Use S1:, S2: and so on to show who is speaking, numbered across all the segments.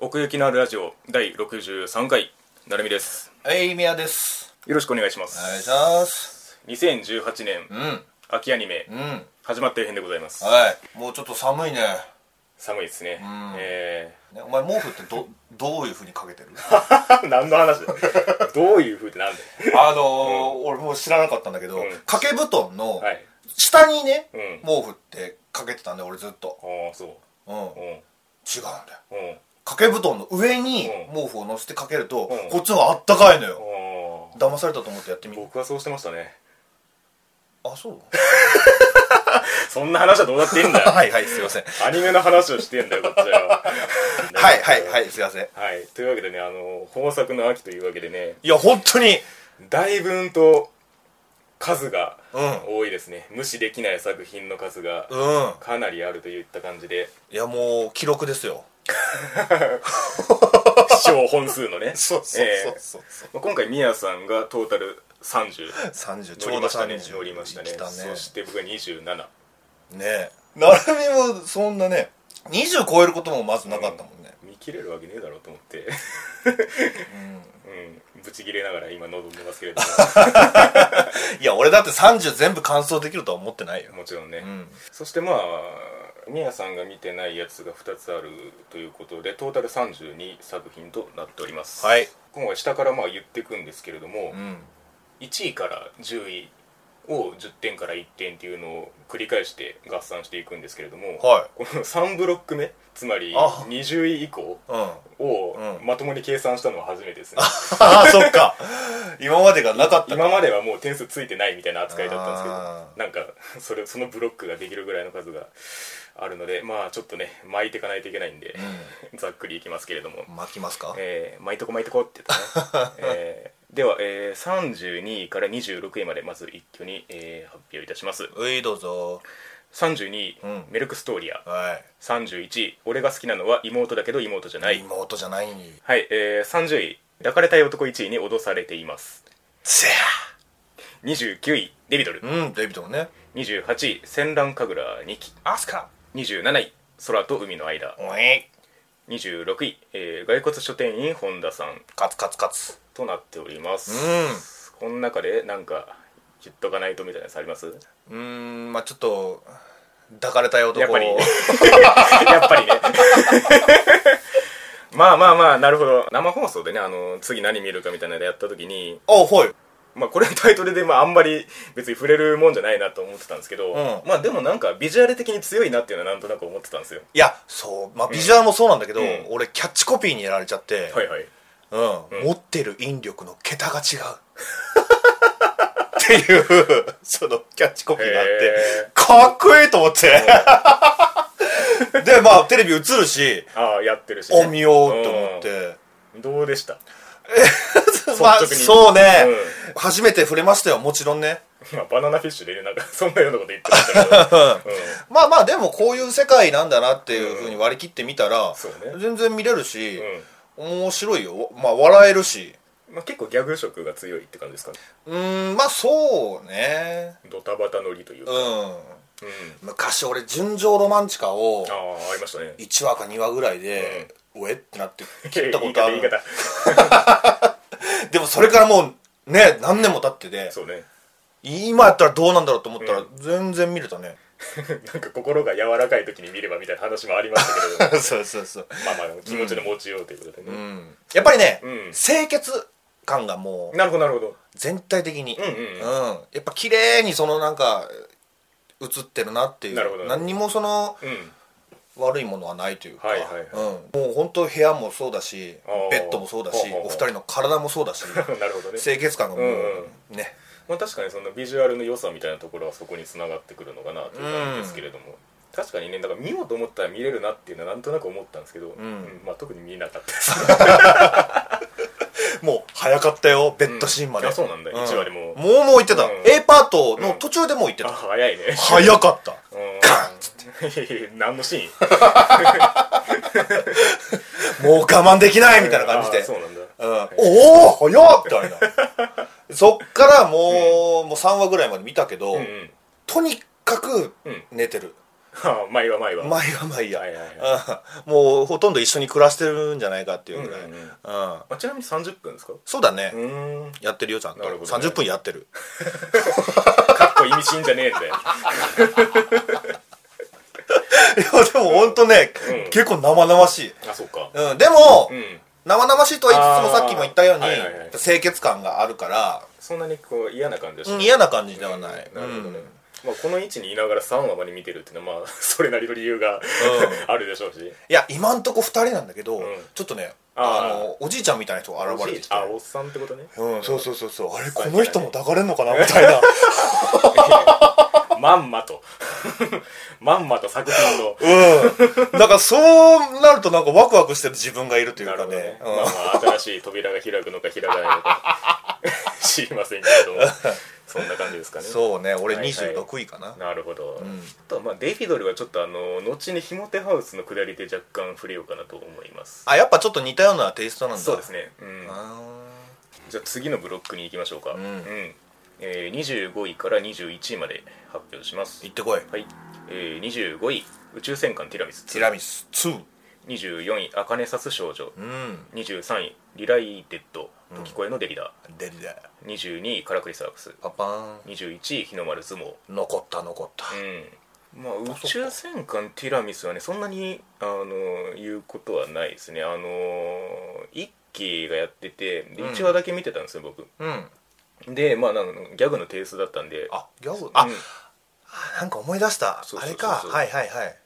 S1: 奥行きのあるラジオ第63回なるみです
S2: はい、宮です。
S1: よろしくお願いします
S2: お願いします。
S1: 2018年
S2: うん、
S1: 秋アニメ
S2: うん。
S1: 始まってる編でございます
S2: はい。もうちょっと寒いね。
S1: 寒いですねえ
S2: ねお前毛布って ど、どういう風にかけてる
S1: ー 何の話だよどういう風ってなんだよ
S2: あのー俺もう知らなかったんだけど、
S1: ん
S2: 掛け布団の
S1: はい
S2: 下にね、
S1: うん
S2: 毛布ってかけてたんで、俺ずっと。
S1: ああそう
S2: うん。違うん
S1: う
S2: だよ。
S1: んうん
S2: 掛け布団の上に
S1: うん
S2: 毛布を乗せてかけると、
S1: うん
S2: こっちの方があったかいのよ。
S1: ああ
S2: 騙されたと思ってやってみ
S1: 僕はそうしてましたね
S2: あ、そう
S1: そんな話はどうなっていいんだよ
S2: はいはい、すいません。
S1: アニメの話をしてんだよこっちは
S2: はいはいはい、すいません。
S1: はいというわけでねあの本作の秋というわけでね
S2: いや、本当に、
S1: 大分と数が
S2: うん、
S1: 多いですね無視できない作品の数が
S2: うん。
S1: かなりあるといった感じ で
S2: いや、もう、記録ですよ。
S1: 視聴本数のねえ
S2: そうそう
S1: えまあ今回みやさんがトータル30
S2: 30ち
S1: 乗
S2: ょ
S1: り
S2: うど
S1: ました
S2: 30
S1: ね乗りましたね
S2: 来たね
S1: そして僕が27
S2: ねえなるみもそんなね20超えることもまずなかったもんね、
S1: 見切れるわけねえだろうと思ってうんブチ切れながら今望んでますけれど
S2: いや俺だって30全部完走できるとは思ってないよ
S1: ももちろんね、
S2: うん
S1: そしてまあみやさんが見てないやつが2つあるということでトータル32作品となっております
S2: はい
S1: 今回下からまあ言っていくんですけれども、
S2: うん
S1: 1位から10位を10点から1点っていうのを繰り返して合算していくんですけれども、
S2: は
S1: この3ブロック目つまり
S2: あ
S1: 20位以降
S2: いうん あ
S1: を
S2: うん
S1: まともに計算したのは初めてですね、
S2: あそっか今までがなかった
S1: 今ま
S2: で
S1: ではもう点数ついてないみたいな扱いだったんですけど
S2: あー
S1: なんかそれそのブロックができるぐらいの数があるのでまあちょっとね巻いていかないといけないんで、ざっくりいきますけれども、
S2: 巻きますか
S1: えー巻いとこ巻いとこって言ったね、えーでは、えー32位から26位までまず一挙に、えー発表いたします
S2: ういどうぞ
S1: 32位、
S2: うん
S1: メルクストーリア
S2: は
S1: 31位俺が好きなのは妹だけど妹じゃないい
S2: 妹じゃない
S1: はい、えー30位抱かれたい男1位に脅されています
S2: せ
S1: 29位デビドル
S2: やうんデビッドもね
S1: 28位戦乱神楽2期
S2: アスカ
S1: 27位空と海の間
S2: おい
S1: 26位、えー、骸骨書店員本田さん
S2: カツカツカツ
S1: となっております
S2: う
S1: こ
S2: ん
S1: の中でなんか言っとかないとみたいなやつあります
S2: うーんまあちょっと抱かれたい男
S1: やっ ぱり やっぱりねまあまあまあなるほど生放送でねあの次何見るかみたいなのやった時に、
S2: あはい
S1: まあ、これのタイトルで、まあ、あんまり別に触れるもんじゃないなと思ってたんですけど、
S2: うん
S1: まあでもなんかビジュアル的に強いなっていうのはなんとなく思ってたんですよ
S2: いやそうまあビジュアルもそうなんだけど、
S1: うん
S2: 俺キャッチコピーにやられちゃって、
S1: はいはい
S2: うん持ってる引力の桁が違うっていうそのキャッチコピーがあってかっこいいと思って でまあテレビ映るし
S1: ああやってるし、
S2: お見ようと思って、
S1: うんどうで した
S2: まあ
S1: 率直に
S2: そうね、初めて触れましたよもちろんね
S1: 今バナナフィッシュでねなんかそんなようなこと言ってました けど、うん
S2: まあまあでもこういう世界なんだなっていうふうに割り切ってみたら、
S1: そうね
S2: 全然見れるし、
S1: う
S2: 面白いよまあ笑えるし
S1: んまあ、結構ギャグ色が強いって感じですかね
S2: うーんまあそうね
S1: ドタバタ乗りという
S2: う
S1: か、
S2: ん
S1: うん
S2: 昔俺「純情ロマンチカ」を
S1: ああありましたね
S2: 1話か2話ぐらいで、うえって なって切った
S1: 言
S2: こ
S1: い
S2: とあ
S1: 方言い
S2: る
S1: 方
S2: でもそれからもうね何年も経ってて
S1: そうね
S2: 今やったらどうなんだろうと思ったら、
S1: う
S2: 全然見れ たね
S1: なんか心が柔らかい時に見ればみたいな話もありましたけれど
S2: そうそうそう
S1: まあまあ気持ちの持ちようということでね、
S2: うんやっぱりね、
S1: うん
S2: 清潔感がもう
S1: なるほどなるほど
S2: 全体的に、
S1: うんうん
S2: やっぱ綺麗にそのなんか映ってるなっていう
S1: なるほど
S2: 何にもその
S1: うん
S2: 悪いものはないというか、
S1: はいはいはい
S2: うん、もう本当部屋もそうだし
S1: あー
S2: ベッドもそうだし
S1: ほうほうほう
S2: お二人の体もそうだし
S1: なるほど ね、
S2: 清潔感がもうね、
S1: まあ、確かにそのビジュアルの良さみたいなところはそこに繋がってくるのかなという感じですけれども、確かにねだから見ようと思ったら見れるなっていうのはなんとなく思ったんですけど、うんまあ、特に見えなかったです
S2: もう早かったよベッドシーンまで、
S1: うんあそうなんだ一話でもう
S2: もうもう行ってた、
S1: うん
S2: A パートの途中でもう行ってた、
S1: あ早いね
S2: 早かったカン
S1: うん何のシーン
S2: もう我慢できないみたいな感じ
S1: あ
S2: で
S1: ーそうなんだ
S2: うん、おお早っみたいなそっからもう,、もう3話ぐらいまで見たけど、
S1: うんうん
S2: とにかく
S1: うん
S2: 寝てる、
S1: ああ前は前は
S2: 前はまあいいや、
S1: はいはい
S2: うんもうほとんど一緒に暮らしてるんじゃないかっていうぐらい、
S1: うんうんうん
S2: うん
S1: あちなみに30分ですか
S2: そうだね、
S1: うん
S2: やってるよちゃんと、
S1: なるほどね
S2: 30分やってる
S1: かっこ意味深じゃねえんだよ
S2: いやでも本当ね、
S1: うん
S2: 結構生々しい、
S1: あそうか
S2: うん、でも、
S1: うん
S2: 生々しいとは言いつつも
S1: あー
S2: さっきも言ったように、
S1: はいはいはい
S2: 清潔感があるから、
S1: そんなにこう嫌な感じはし
S2: う、
S1: なんい
S2: 嫌な感じではない、
S1: なるほどね
S2: うん、
S1: まあ、この位置にいながら3話まで見てるっていうのはまあ それなりの理由が あるでしょうし
S2: いや今んとこ2人なんだけど、
S1: ん
S2: ちょっとね
S1: あ
S2: あ
S1: ー
S2: のおじいちゃんみたいな人が現れてきて
S1: あおっさんってことね
S2: うん、そうそうそうそうあれこ
S1: い
S2: の人も抱かれんのかなみたいな
S1: まんまと まんまと作品の
S2: うんだからそうなるとなんかワクワクしてる自分がいるという
S1: なる
S2: か
S1: ほどね
S2: ね、
S1: まあ、まあ新しい扉が開くのか開かないのか 知りませんけれどもそんな感じですか
S2: う
S1: ね
S2: ん、そうね俺
S1: はいはい
S2: 26位かな、
S1: なるほど、
S2: ん
S1: あとはまあデフィドルはちょっとあの後にひもてハウスの下りで若干触れようかなと思います
S2: あやっぱちょっと似たようなテイストなんだ
S1: そうですね、うん、
S2: あ
S1: じゃあ次のブロックに行きましょうか、
S2: うん
S1: えー25位から21位まで発表します
S2: ー行ってこい
S1: はい、えー25位宇宙戦艦ティラミス
S2: ティラミス2
S1: 24位茜刺す少女
S2: うん
S1: 23位リライデッド時声のデリダ、
S2: 出るだ
S1: 22位カラクリサークス
S2: パパーン
S1: 21位日の丸相撲
S2: 残った残った、
S1: うんまあ、宇宙戦艦ティラミスはねそんなにあの言うことはないですねあの一期がやっててで
S2: うん
S1: 一話だけ見てたんですよ、
S2: うん
S1: 僕でまあなんかギャグの定数だったんで
S2: あギャグ
S1: う
S2: あ
S1: ん
S2: なんか思い出した
S1: そう
S2: あ
S1: そう
S2: れ
S1: そうそう
S2: かはいはいはい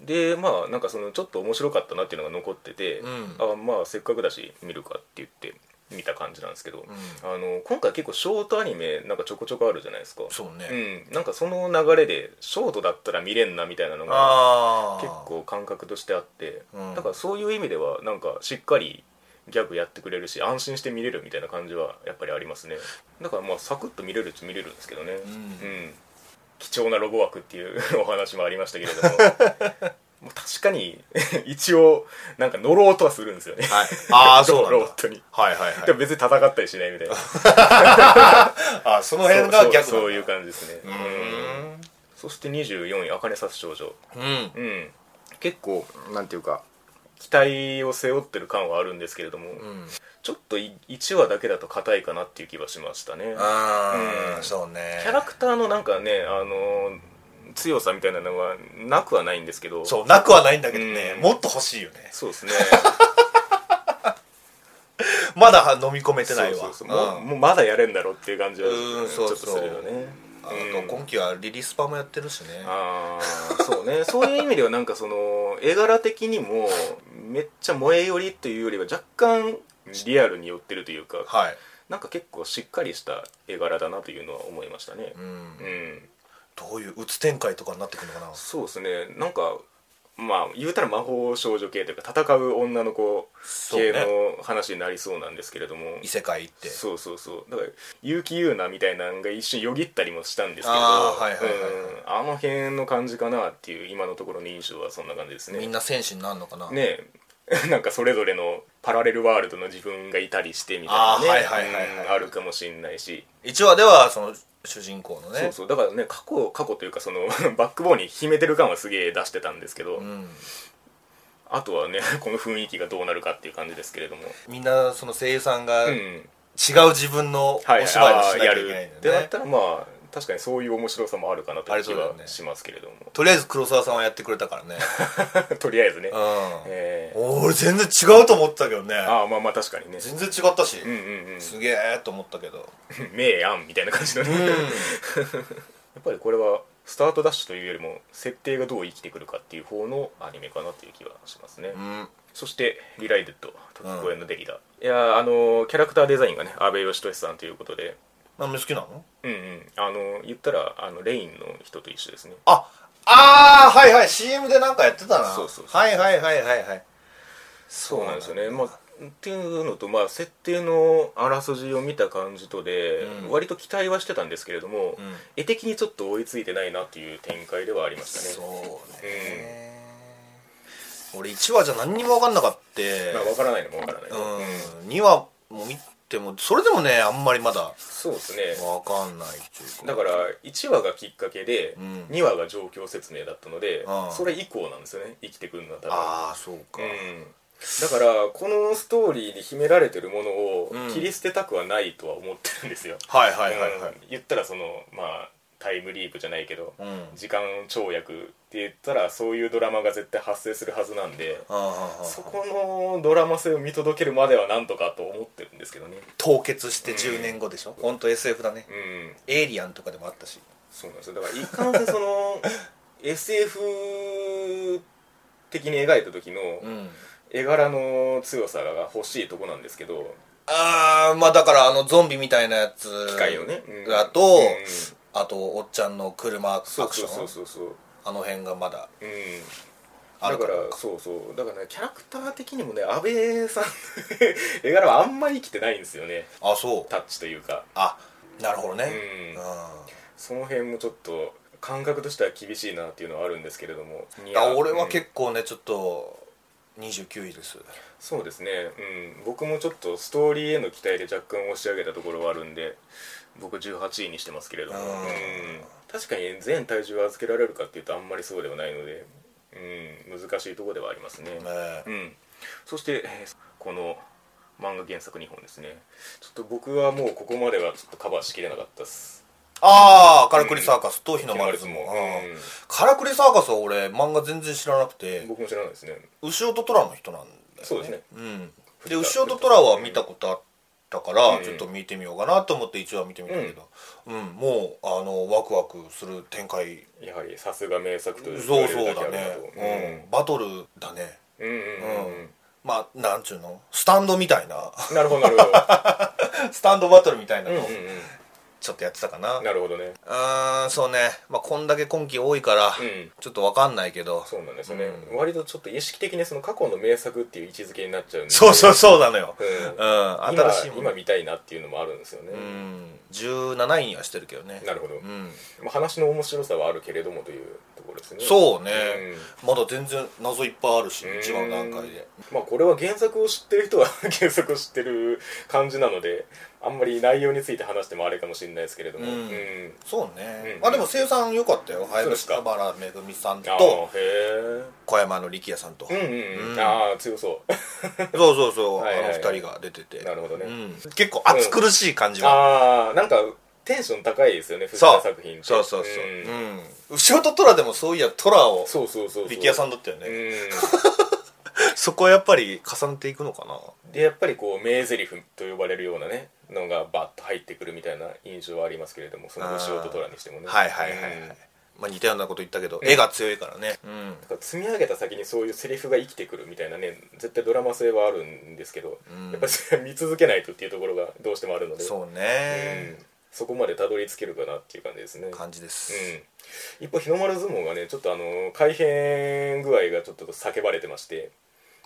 S1: でまあなんかそのちょっと面白かったなっていうのが残ってて、
S2: うん
S1: あまあせっかくだし見るかって言って見た感じなんですけど、
S2: ん
S1: あの今回結構ショートアニメなんかちょこちょこあるじゃないですか
S2: そうね、
S1: うん、なんかその流れでショートだったら見れんなみたいなのが
S2: ああ
S1: 結構感覚としてあって、
S2: うん
S1: だからそういう意味ではなんかしっかりギャグやってくれるし安心して見れるみたいな感じはやっぱりありますねだからまあサクッと見れるっちゃ見れるんですけどねうん、貴重なロゴ枠っていう お話もありましたけれども もう確かに 一応なんか乗ろうとはするんですよね
S2: はいああそうなんだ
S1: ロボットに
S2: はいはいは
S1: で
S2: い
S1: も別に戦ったりしないみたいな
S2: あその辺
S1: そ
S2: が逆だ
S1: うそうそういう感じですねうん
S2: う
S1: そして24位「茜刺す少女」
S2: ん
S1: うん、結構なんていうか期待を背負ってる感はあるんですけれども、
S2: うん
S1: ちょっと1話だけだと硬いかなっていう気はしましたね
S2: あ
S1: う
S2: あ
S1: ん
S2: そうね
S1: キャラクターのなんかね、あのー強さみたいなのはなくはないんですけど
S2: そうなくはないんだけどね
S1: うん
S2: もっと欲しいよね
S1: そう ですね
S2: まだ飲み込めてないわ
S1: そうそうそうもう
S2: うん
S1: もうまだやれんだろうっていう感じは
S2: うん
S1: ちょ
S2: そ
S1: っ
S2: うそ
S1: と
S2: う
S1: するよね
S2: あ
S1: う
S2: と
S1: ん
S2: 今期はリリースパもやってるしね
S1: ああそうねそういう意味ではなんかその絵柄的にもめっちゃ萌え寄りというよりは若干リアルに寄ってるというか
S2: はい
S1: なんか結構しっかりした絵柄だなというのは思いましたね
S2: う
S1: うん、
S2: んどういう鬱展開とかになってくるのかな
S1: そうですねなんかまあ言うたら魔法少女系というか戦う女の子
S2: そう
S1: 系
S2: ね
S1: の話になりそうなんですけれども
S2: 異世界行って
S1: そうそうそうだから結城優奈みたいなのが一瞬よぎったりもしたんですけど
S2: あーはいはいはいはい
S1: うんあの辺の感じかなっていう今のところの印象はそんな感じですね
S2: みんな戦士になるのかな
S1: ね えなんかそれぞれのパラレルワールドの自分がいたりしてみた
S2: あー
S1: いな
S2: は
S1: ね
S2: いはいはいはい
S1: うんあるかもしんないし
S2: 1話ではその主人公のね
S1: そうそうだからね過去過去というかその バックボーンに秘めてる感はすげえ出してたんですけど、
S2: うん
S1: あとはね この雰囲気がどうなるかっていう感じですけれども、
S2: みんなその声優さんが
S1: うん
S2: 違う自分のお芝居をしな
S1: あー
S2: きゃ
S1: や
S2: いけ
S1: る
S2: ないん
S1: っ
S2: だ
S1: て
S2: よ
S1: な
S2: ね
S1: ったらまあ確かにそういう面白さもあるかなという気
S2: ありそう
S1: は
S2: だよね
S1: しますけれども、
S2: とりあえず黒沢さんはやってくれたからね
S1: とりあえずね、
S2: うん
S1: えー
S2: 俺全然違うと思ってたけどね
S1: ああまあまあ確かにね
S2: 全然違ったし、
S1: うんうんうん
S2: すげえと思ったけど
S1: 「 名案」みたいな感じのね、 やっぱりこれはスタートダッシュというよりも設定がどう生きてくるかっていう方のアニメかなという気はしますね、
S2: うん
S1: そして「リライデッド」「時公演のデリダ」いやーあのーキャラクターデザインがね阿部義俊さんということで
S2: 何好きなの
S1: うんうんあのー言ったらあのレインの人と一緒ですね
S2: あああはいはい CM でなんかやってたな
S1: そうそうそう
S2: はいはいはいはいはい
S1: そうなんですよねまあっていうのとまあ設定のあらすじを見た感じとで、
S2: うん
S1: 割と期待はしてたんですけれども、
S2: ん
S1: 絵的にちょっと追いついてないなっていう展開ではありました
S2: そう
S1: ね
S2: ね、俺1話じゃ何にも分かんなかって、
S1: まあわからないのもわからない、
S2: うん2話も見てもそれでもねあんまりまだ
S1: そうですね
S2: わかんないっていうか
S1: だから1話がきっかけで
S2: うん
S1: 2話が状況説明だったので、
S2: うん
S1: それ以降なんですよね生きてくるのは多分
S2: ああそうか、
S1: うんだからこのストーリーに秘められてるものを
S2: うん
S1: 切り捨てたくはないとは思ってるんですよ、
S2: はいはいはいはい
S1: うん言ったらそのまあタイムリープじゃないけど、
S2: うん、うん
S1: 時間跳躍って言ったらそういうドラマが絶対発生するはずなんで、
S2: あ
S1: そこのドラマ性を見届けるまではなんとかと思ってるんですけどね
S2: 凍結して10年後でしょ、ほんと SF だね
S1: うん
S2: エイリアンとかでもあったし
S1: そうなんですよだからいかんせんそ の SF 的に描いた時の
S2: うん
S1: 絵柄の強さが欲しいとこなんですけど
S2: ああまあだからあのゾンビみたいなやつ
S1: 機械をね、うん
S2: だと、
S1: うん
S2: あとおっちゃんの車アクシ
S1: そうそう
S2: ョ
S1: そう
S2: ン
S1: そうそう
S2: あの辺がまだ
S1: うん
S2: あ
S1: だ
S2: る
S1: からそうそうだからねキャラクター的にもね安倍さんの絵柄はあんまり生きてないんですよね
S2: あそう
S1: タッチというか
S2: あなるほどね
S1: う
S2: うんん、あ
S1: その辺もちょっと感覚としては厳しいなっていうのはあるんですけれどもい
S2: 俺は
S1: 構、
S2: 結構ねちょっと29位です
S1: うんそうですね、うん、僕もちょっとストーリーへの期待で若干押し上げたところはあるんで僕18位にしてますけれども、
S2: うん
S1: うん確かに全体重預けられるかっていうとあんまりそうではないので、うん、難しいところではありますね、
S2: ねえ
S1: うん、そして、えーこの漫画原作2本ですねちょっと僕はもうここまではちょっとカバーしきれなかったです
S2: ああカラクリサーカスと日の丸相撲、
S1: 日の丸相撲
S2: うん
S1: うん
S2: カラクリサーカスは俺漫画全然知らなくて
S1: 僕も知らないですね
S2: 牛音虎の人なんだよね
S1: そうですね
S2: うんで牛音虎は見たことあったから、
S1: うん
S2: ちょっと見てみようかなと思って一話見てみたけど、うんもうあのワクワクする展開
S1: やはりさすが名作と言
S2: そ
S1: わ
S2: う
S1: れる
S2: そう
S1: け
S2: だ
S1: あるなと
S2: ね、うん、バトルだね
S1: うんうんうんうん
S2: まあなんちゅうのスタンドみたいな
S1: なるほどなるほど
S2: スタンドバトルみたいな
S1: うんう
S2: の
S1: ん
S2: をちょっとやってたかな、
S1: うんなるほどね
S2: あーそうねまあこんだけ今期多いから、
S1: うん
S2: ちょっとわかんないけど
S1: そうなんですよね、
S2: うん
S1: 割とちょっと意識的にその過去の名作っていう位置づけになっちゃうんで
S2: そうそうそうなのよ、
S1: うん
S2: うん、新しいも
S1: 今今
S2: の
S1: 見たいなっていうのもあるんですよね、
S2: うん17位にはしてるけどね
S1: なるほど、
S2: うん
S1: まあ話の面白さはあるけれどもというところですね
S2: そうね、
S1: う
S2: まだ全然謎いっぱいあるし
S1: うん
S2: 一番段階で
S1: まあこれは原作を知ってる人は 原作を知ってる感じなのであんまり内容について話してもあれかもしれないですけれども、
S2: うん
S1: うん
S2: そうね、
S1: うん
S2: まあでも声優さん良かったよ
S1: うで
S2: 林
S1: すか
S2: 田原めぐみさん
S1: ああ
S2: と
S1: へ
S2: 小山の力也さんと、
S1: えうんうん、う、
S2: うんん
S1: ああ強そう
S2: そうそうそう、
S1: はいはいはい
S2: あの二人が出てて
S1: なるほどね、
S2: うん、結構暑苦しい感じは、
S1: ああなんかテンション高いですよね藤
S2: そ
S1: 田
S2: う
S1: 作品って
S2: そうそうそう、
S1: ん
S2: うん後ろと虎でもそういや虎を
S1: そうそうそうそう
S2: 力也さ
S1: ん
S2: んだったよね、
S1: う
S2: そこはやっぱり重ねていくのかなん
S1: でやっぱりこう名台詞と呼ばれるようなねのがバッと入ってくるみたいな印象はありますけれどもその後ろと虎にしてもね
S2: はいはいはいはい、
S1: うん
S2: まあ、似たようなこと言ったけど、絵が強いからね、うん
S1: だから積み上げた先にそういうセリフが生きてくるみたいなね絶対ドラマ性はあるんですけど、
S2: うん
S1: やっぱりそれは見続けないとっていうところがどうしてもあるので
S2: そう
S1: うん
S2: ね、
S1: そこまでたどり着けるかなっていう感じですね
S2: 感じです、
S1: うん、一方日の丸相撲がねちょっとあの改変具合がちょっと叫ばれてまして、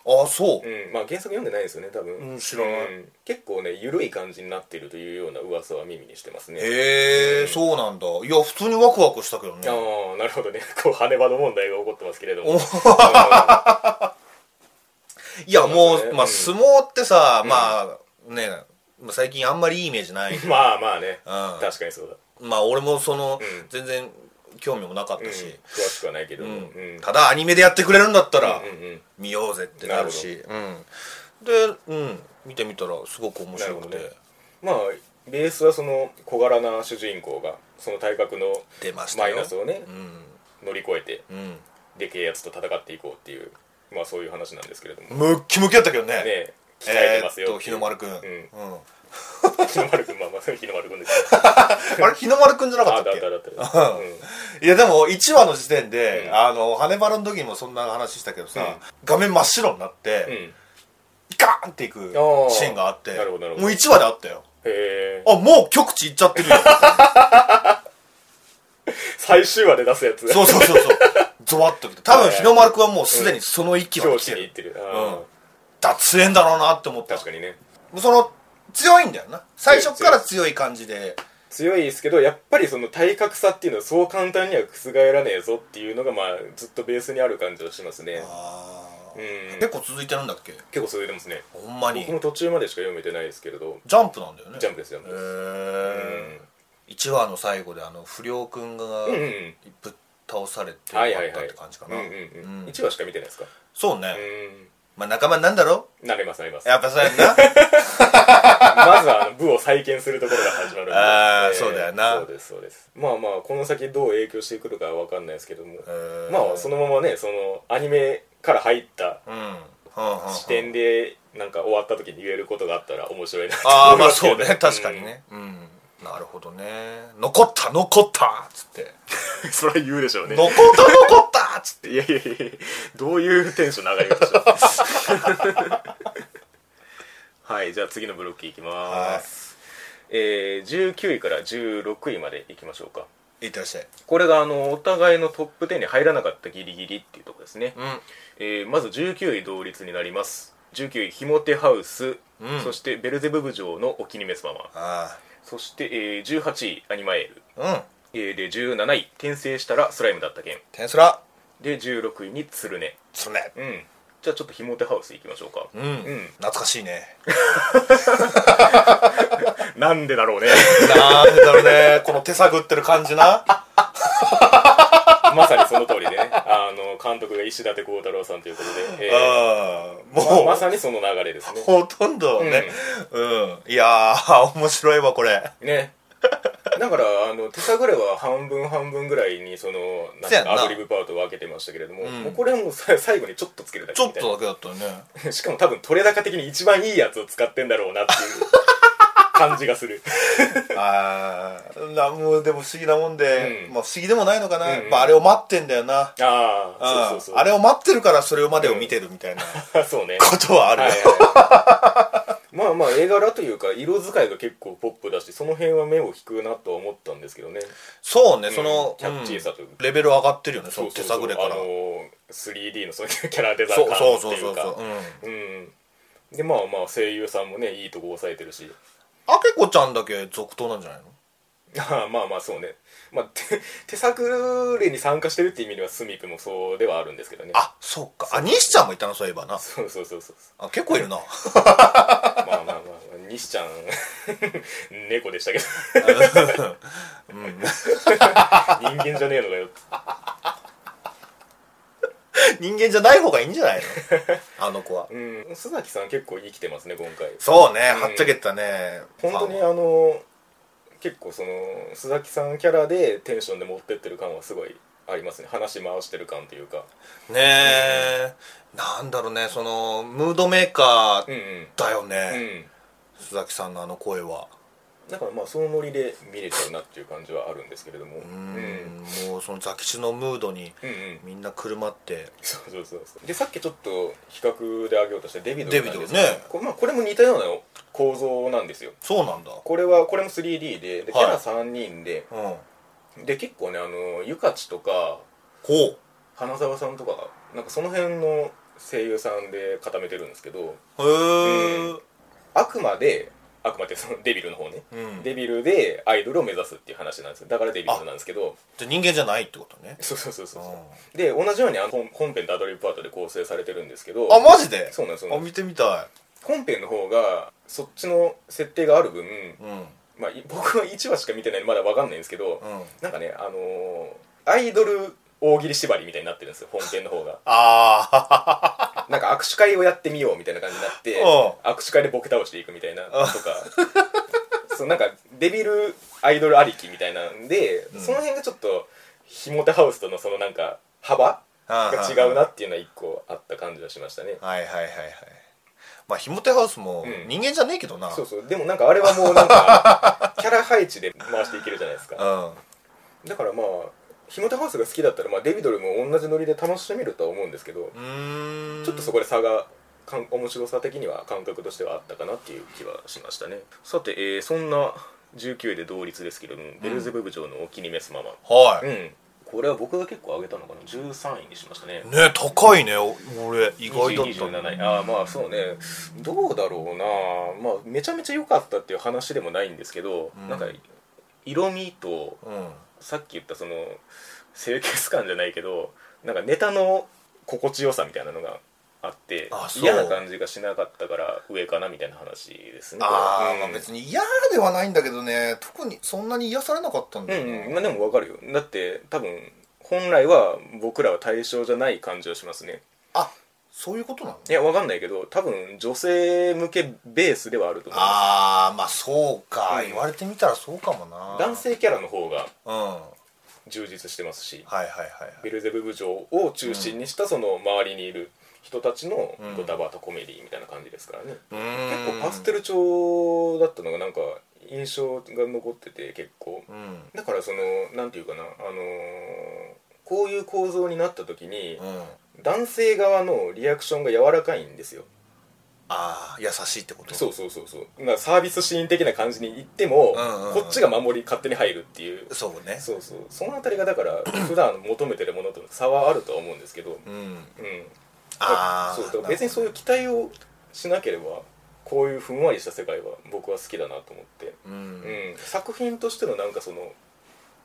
S2: ああそう、
S1: うんまあ、原作読んでないですよね多分、
S2: うん知らない
S1: うん結構ね緩い感じになってるというような噂は耳にしてますね
S2: へえ、そうなんだいや普通にワクワクしたけどね
S1: ああなるほどね こう羽場の問題が起こってますけれども
S2: おいやも
S1: そう
S2: う、
S1: ねう
S2: まあ
S1: ん
S2: 相撲ってさ、まあねまあ最近あんまりいいイメー ジない、うん、
S1: まあまあね
S2: ま
S1: 確かにそうだ
S2: あ俺もその、
S1: うん
S2: 全然興味もなかっ
S1: うん
S2: たし、
S1: 詳しくはないけど
S2: う
S1: も、
S2: ん
S1: うん
S2: ただアニメでやってくれるんだったら、
S1: うんうん
S2: 見ようぜってなるしうん、で、うん、見てみたらすごく面白くて、
S1: なるほまあベースはその小柄な主人公がその体格の
S2: 出ました
S1: マイ
S2: よ
S1: ナスをね
S2: うん
S1: 乗り越えて
S2: うん
S1: でけえやつと戦っていこうっていうまあそういう話なんですけれどもね
S2: ムッキムキやったけどね
S1: え鍛えて
S2: えー
S1: ま
S2: っ
S1: すよ
S2: と日の丸くん、うん
S1: 日の丸くんまあまあ日の丸くんですよ
S2: あ れ日の丸くんじゃなか
S1: あ
S2: っ
S1: ったた
S2: っ
S1: あっ
S2: け
S1: たあったうん
S2: いやでも1話の時点で、
S1: うん
S2: あの羽原の時にもそんな話したけどさ、
S1: うん
S2: 画面真っ白になって、
S1: うんへ
S2: ガーンっていく
S1: あー
S2: シーンがあって
S1: なるほどなるほど
S2: もう1話であったよ
S1: え
S2: あもう極地行っちゃってるよ
S1: 最終話で出すやつ
S2: そうそうそうそうゾワッときて多
S1: は
S2: 分
S1: い
S2: 日の丸くんはもうすでにその息は
S1: 境
S2: 来
S1: 地
S2: て
S1: に
S2: る、
S1: 行ってる
S2: うん
S1: あ
S2: 脱縁だろうなって思っ
S1: ー
S2: た
S1: 確かにね
S2: その強いんだよな最初から強い感じで
S1: 強いですけどやっぱりその体格差っていうのはそう簡単には覆らねえぞっていうのがまあずっとベースにある感じはしますね
S2: あー結構続いてるんだっけ
S1: 結構続いてますね
S2: ほんまに
S1: 僕も途中までしか読めてないですけれど
S2: ジャンプなんだよね
S1: ジャンプですジャンプ
S2: へ
S1: です
S2: え1話の最後であの不良くんが
S1: うんうん
S2: ぶっ倒されて終わ
S1: はいはい
S2: った
S1: は
S2: っ
S1: い
S2: て感じかな
S1: うんうんう
S2: うん
S1: ん、1話しか見てないですか
S2: そう
S1: う
S2: ね
S1: ん
S2: まあ仲間になんだろ
S1: なれますなれ ます
S2: やっぱそうやんな
S1: まずはあの部を再建するところが始まるんで
S2: あーそうだよな
S1: そうですそうですまあまあこの先どう影響してくるかは分かんないですけども
S2: うん
S1: まあそのままねそのアニメから入った
S2: うんうんうん
S1: 視点でなんか終わった時に言えることがあったら面白いなと
S2: ああ
S1: 思い
S2: まあ
S1: ますけ
S2: そ
S1: ど
S2: うね確かにねうんなるほどね残った残ったっつって
S1: うんそれは言うでしょうね
S2: 残った残ったっつって
S1: いやいやいやどういうテンションの上がり方して るはいじゃあ次のブロックいきます、えー、19位から16位までいきましょうか
S2: いってらっしゃい
S1: これがあのお互いのトップ10に入らなかったギリギリっていうところですね、
S2: うん
S1: えーまず19位同率になります19位ひもてハウス、
S2: うん
S1: そしてベルゼブブ城のお気に召すまま
S2: あ
S1: そして、えー18位アニマエール、
S2: あうん
S1: えーで17位転生したらスライムだった件
S2: 天すら
S1: で16位につるね
S2: それ
S1: うんじゃあちょっとひもてハウスいきましょうか
S2: うん、懐かしいね
S1: なんでだ ろうね
S2: なんだろうねこの手探ってる感じな
S1: まさにその通りでねあの監督が石立幸太郎さんということで、えー
S2: うん
S1: ま
S2: もう、
S1: まさにその流れですね
S2: ほとんどね、うん、いやー、面白いわ、これ。
S1: ねだからあの手探れは半分半分ぐらいにそのなん
S2: せやん
S1: か
S2: な
S1: アドリブパートを分けてましたけれども,、
S2: ん
S1: もうこれはもうさ最後にちょっとつけるだ
S2: ち
S1: け
S2: ょ
S1: み
S2: った
S1: い
S2: とだけだったよね。
S1: なしかも多分取れ高的に一番いいやつを使ってんだろうな っていう感じがする
S2: あーな、もうでも不思議なもんで、
S1: うん
S2: まあ不思議でもないのかな。
S1: うんうん
S2: まああれを待ってんだよな。
S1: ああ
S2: う
S1: そ
S2: ん
S1: うそうそう
S2: あれを待ってるからそれまでを見てるみたいな
S1: そう ね
S2: ことはある
S1: はい
S2: よ
S1: はいはいまあまあ絵柄というか色使いが結構ポップだしその辺は目を引くなとは思ったんですけどね
S2: そうね、その、
S1: キャッチーさというか
S2: うんレベル上がってるよね、そ
S1: そ
S2: の
S1: うそ
S2: 手
S1: うそう
S2: 探れから。
S1: あの
S2: そ
S1: ー 3D のそういうキャラデザー
S2: う
S1: 感
S2: そう
S1: って
S2: そう
S1: い
S2: そうう
S1: か
S2: そう。うん。
S1: うんでまあまあ声優さんもねいいとこ抑えてるし
S2: あけこちゃんだけ続投なんじゃないの
S1: ああまあまあそうね、まあ、手 手作例に参加してるっていう意味ではスミプもそうではあるんですけどね
S2: あ、そうか。あ、西ちゃんもいたな、そういえばな。
S1: そうそうそうそう
S2: あ、結構いるな。
S1: まあまあまあ西ちゃん 猫でしたけど人間じゃねえのかよ
S2: 人間じゃない方がいいんじゃない のあの子は。
S1: うん須崎さん結構生きてますね今回
S2: そうね、
S1: うん
S2: はっちゃけたね。
S1: 本当に
S2: ファンは
S1: あの結構その須崎さんキャラでテンションで持ってってる感はすごいありますね話回してる感というか
S2: ねえ、なんだろうね、その、ムードメーカ
S1: う
S2: ー
S1: んうん
S2: だよ
S1: う
S2: ね、
S1: ん
S2: 須崎さんのあの声は。
S1: だからまあそのノリで見れちゃうなっていう感じはあるんですけれどもう
S2: うん
S1: うんうん、
S2: もうそのザキチのムードにみんなくるまって、
S1: そうそうそうそうでさっきちょっと比較で挙げようとしたデビド
S2: デビドね
S1: なんですけどこれ,、まあ、これも似たような構造なんですよ
S2: そうなんだ。
S1: これはこれも 3D ででキ
S2: はい
S1: ャラ3人で、
S2: うん。ほ
S1: で結構ねあのゆかちとか
S2: う。
S1: 花澤さんとかなんかその辺の声優さんで固めてるんですけど
S2: へえ、
S1: あくまであくまでそのデビルの方ね、
S2: うん。
S1: デビルでアイドルを目指すっていう話なんですよだからデビルなんですけど
S2: じゃあ人間じゃないってことね。
S1: そうそうそうそうそう
S2: う
S1: で同じようにあの本本編とアドリブパートで構成されてるんですけど
S2: ん、あ、マジで
S1: そうなんですそうな
S2: あ、
S1: んです
S2: 見てみた
S1: 本編の方がそっちの設定がある分、
S2: い。うん。
S1: まあ、い 僕は1話しか見てないんでまだわかんないんですけど、
S2: うん。
S1: なんかねあのーアイドル大喜利縛りみたいになってるんですよ本編の 方が
S2: あ
S1: なんか握手会をやってみようみたいな感じになって
S2: う
S1: 握手会でボケ倒していくみたいなとか そうなんかデビルアイドルありきみたいなんで、
S2: うん
S1: その辺がちょっとひもてハウスとのそのなんか幅
S2: あ。
S1: が違うなっていうのは一個あった感じはしましたね
S2: はいはいはいはいまあひもてハウスも
S1: うん
S2: 人間じゃねえけどな、うん、
S1: そうそうでもなんかあれはもうなん かキャラ配置で回していけるじゃないですかだからまあひもてハウスが好きだったら、まあ、デビドルも同じノリで楽しめるとは思うんですけど
S2: うーん
S1: ちょっとそこで差がかん面白さ的には感覚としてはあったかなっていう気はしましたねさて、えーそんな19位で同率ですけれども、ベルゼブブ城のお気に召すまま
S2: は
S1: う
S2: い、
S1: んこれは僕が結構上げたのかな13位にしましたね
S2: ね高いねお俺意外だった
S1: 27位ああまあそうねどうだろうなまあめちゃめちゃ良かったっていう話でもないんですけど、
S2: うん
S1: なんか色味と
S2: うん
S1: さっき言ったその清潔感じゃないけどなんかネタの心地よさみたいなのがあって
S2: あそう
S1: 嫌な感じがしなかったから上かなみたいな話ですね
S2: ああ、
S1: うん
S2: まあ別に嫌ではないんだけどね特にそんなに癒されなかったん
S1: う
S2: だよな、
S1: んうんまあでもわかるよだって多分本来は僕らは対象じゃない感じはしますね
S2: あそういうことなの
S1: いやわかんないけど多分女性向けベースではあると思う
S2: ああまあそうか、
S1: うん
S2: 言われてみたらそうかもな
S1: 男性キャラの方が
S2: うんは
S1: 充実してますし
S2: いはいはい
S1: ベルゼブ部長を中心にしたその周りにいる人たちのドタバタコメディみたいな感じですからね、
S2: はい
S1: 結構パステ
S2: ル
S1: ル調だったのがなんか印象が残ってて結構
S2: うん
S1: だからそのなんていうかなあのーこういう構造になった時に
S2: うん
S1: 男性側のリアクションが柔らかいんですよ
S2: ああ優しいってこと
S1: そうそうそうそうなんかサービスシーン的な感じに行っても、
S2: うんうんうん
S1: こっちが守り勝手に入るっていう
S2: そうね
S1: そうそうその辺りがだ から普段求めてるものとの差はあるとは思うんですけど
S2: うん
S1: うん
S2: ああ
S1: そうだから別にそう
S2: い
S1: い
S2: う
S1: う期待をしなければこういうふんわりした世界は僕は好きだなと思って、
S2: う、
S1: うんん、作品としてのなんかその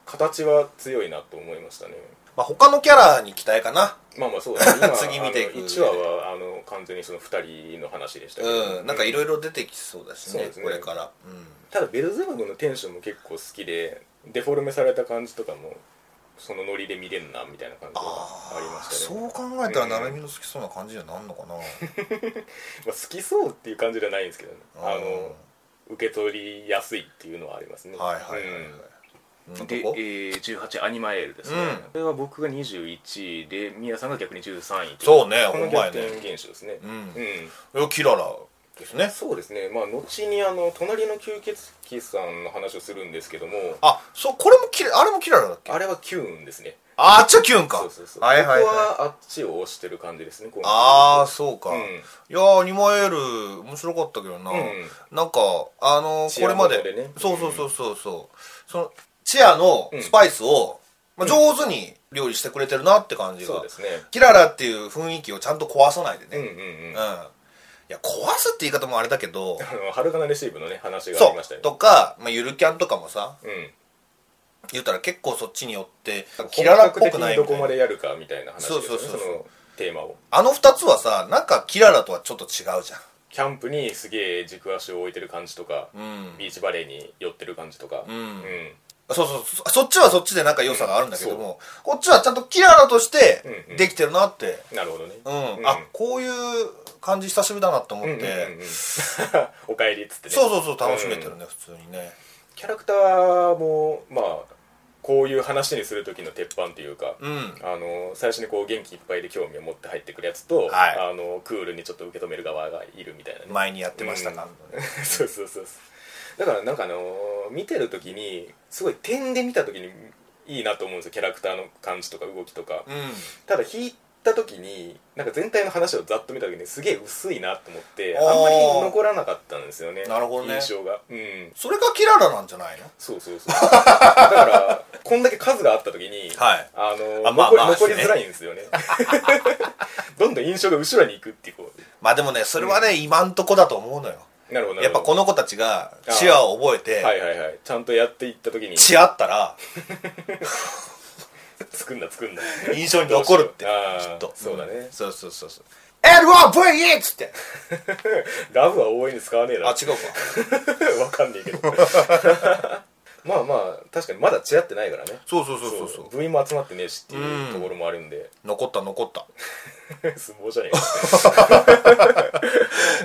S1: 形は強いなと思いましたね
S2: まあ他のキャラに期待かな
S1: まあまあそうだ ね
S2: 次見ていく
S1: 1話はあの完全にその2人の話でしたけど、
S2: うんなんかいろ
S1: いろ
S2: いろ出てきそうだし
S1: そう
S2: ね
S1: ですね
S2: これからうん
S1: ただベルゼブブのテンションも結構好きでデフォルメされた感じとかもそのノリで見れんなみたいな感じがありま
S2: ー
S1: したね
S2: そう考えたら成海の好きそうな感じにはなんのか な
S1: まあ、好きそうっていう感じじゃないんですけどねあの
S2: う
S1: 受け取りやすいっていうのはありますね
S2: んはいはいはいはい
S1: うん
S2: そんなと
S1: で、
S2: こ
S1: えー、18アニマエールですね、
S2: うん
S1: これは僕が21位で宮さんが逆に13位
S2: そうね
S1: この
S2: ほんま
S1: 逆
S2: やね
S1: 転現象ですね
S2: うん
S1: うん、
S2: いやキララですね
S1: そうですねまあ後にあの隣の吸血鬼さんの話をするんですけども
S2: あそうこれもキラあれもキララだっけ
S1: あれはキューンですね
S2: ああっちはキュンか
S1: そうそうそう、
S2: はいはい
S1: ここ
S2: はい
S1: はあっちを押してる感じですね
S2: ああ
S1: そ
S2: そうか、
S1: うん
S2: いやーアニマエール面白かったけどな、
S1: うん
S2: なんかあのー
S1: チ
S2: こ
S1: ア
S2: れ
S1: も
S2: ま
S1: ので
S2: で
S1: ね
S2: そうそうそうそうそうそのチアのスパイスを、まあ、上手に料理してくれてるなって感じが、
S1: そうですね
S2: キララっていう雰囲気をちゃんと壊さないでね、
S1: うんうん
S2: う
S1: うんん
S2: いや壊すって言い方もあれだけど
S1: あの春かなレシーブのね話があ
S2: そ
S1: りました
S2: う
S1: ね
S2: とか、まあ、ゆるキャンとかもさ
S1: うん
S2: 言ったら結構そっちによってキララっぽくな
S1: 本格的に
S2: い
S1: ど
S2: みた
S1: こ
S2: い
S1: ま
S2: な
S1: でやるかみたいな話ですよね
S2: そうそうそうそう
S1: のテーマを
S2: あの2つはさなんかキララとはちょっと違うじ
S1: キャンプにすげえ軸足を置いてる感じとか、
S2: ゃんうん
S1: ビーチバレーに寄ってる感じとか、
S2: うん
S1: うん
S2: そうそうそそっちはそっちでなんか良さがあるんだけども、こっちはちゃんとキララとして
S1: うんうん
S2: できてるなって
S1: なるほどね、
S2: うん、
S1: うん
S2: あこういう感じ久しぶりだなと思っ
S1: う
S2: て、
S1: んうんうんうん おかえりっつってね
S2: そうそうそう楽しめてるね、
S1: うん
S2: 普通にね
S1: キャラクターもまあこういう話にする時の鉄板というか、
S2: うん
S1: あの最初にこう元気いっぱいで興味を持って入ってくるやつと、
S2: はい
S1: あのクールにちょっと受け止める側がいるみたいなね
S2: 前にやってましたか、
S1: うん そうそうそうそうだからなんかあのー見てる時にすごい点で見た時にいいなと思うんですよキャラクターの感じとか動きとか、
S2: うん
S1: ただ引いた時になんか全体の話をざっと見た時にすげえ薄いなと思って
S2: あー
S1: あんまり残らなかったんですよね
S2: なるほどね
S1: 印象がうん
S2: それがキララなんじゃないの
S1: そうそうそうだからこんだけ数があった時に、
S2: はい
S1: あのー
S2: あま
S1: 残
S2: あ
S1: り
S2: まあ
S1: 残り
S2: ね
S1: づらいんですよね どんどん印象が後ろに行くっていうこ
S2: まあでもねそれはね、今んとこだと思うのよ
S1: うなるほどな
S2: や
S1: る
S2: っ
S1: ほ
S2: ぱ
S1: ど
S2: この子たちがチアを覚えて、
S1: はいはいはいちゃんとやっていった時に
S2: チアったら
S1: 作んだ作んだ
S2: 印象に残るって
S1: どうしようあ
S2: き
S1: ー
S2: っと
S1: そうだね
S2: んそうそうそうそうエルワン VE! っつって
S1: ラブは応援に使わねえな
S2: あ違う か
S1: わかんねえけどまあまあ確かにまだ違ってないからね
S2: そうそうそうそうそう
S1: 部員も集まってねえしっていうところもあるんで
S2: 残った残った
S1: 相撲じゃねえか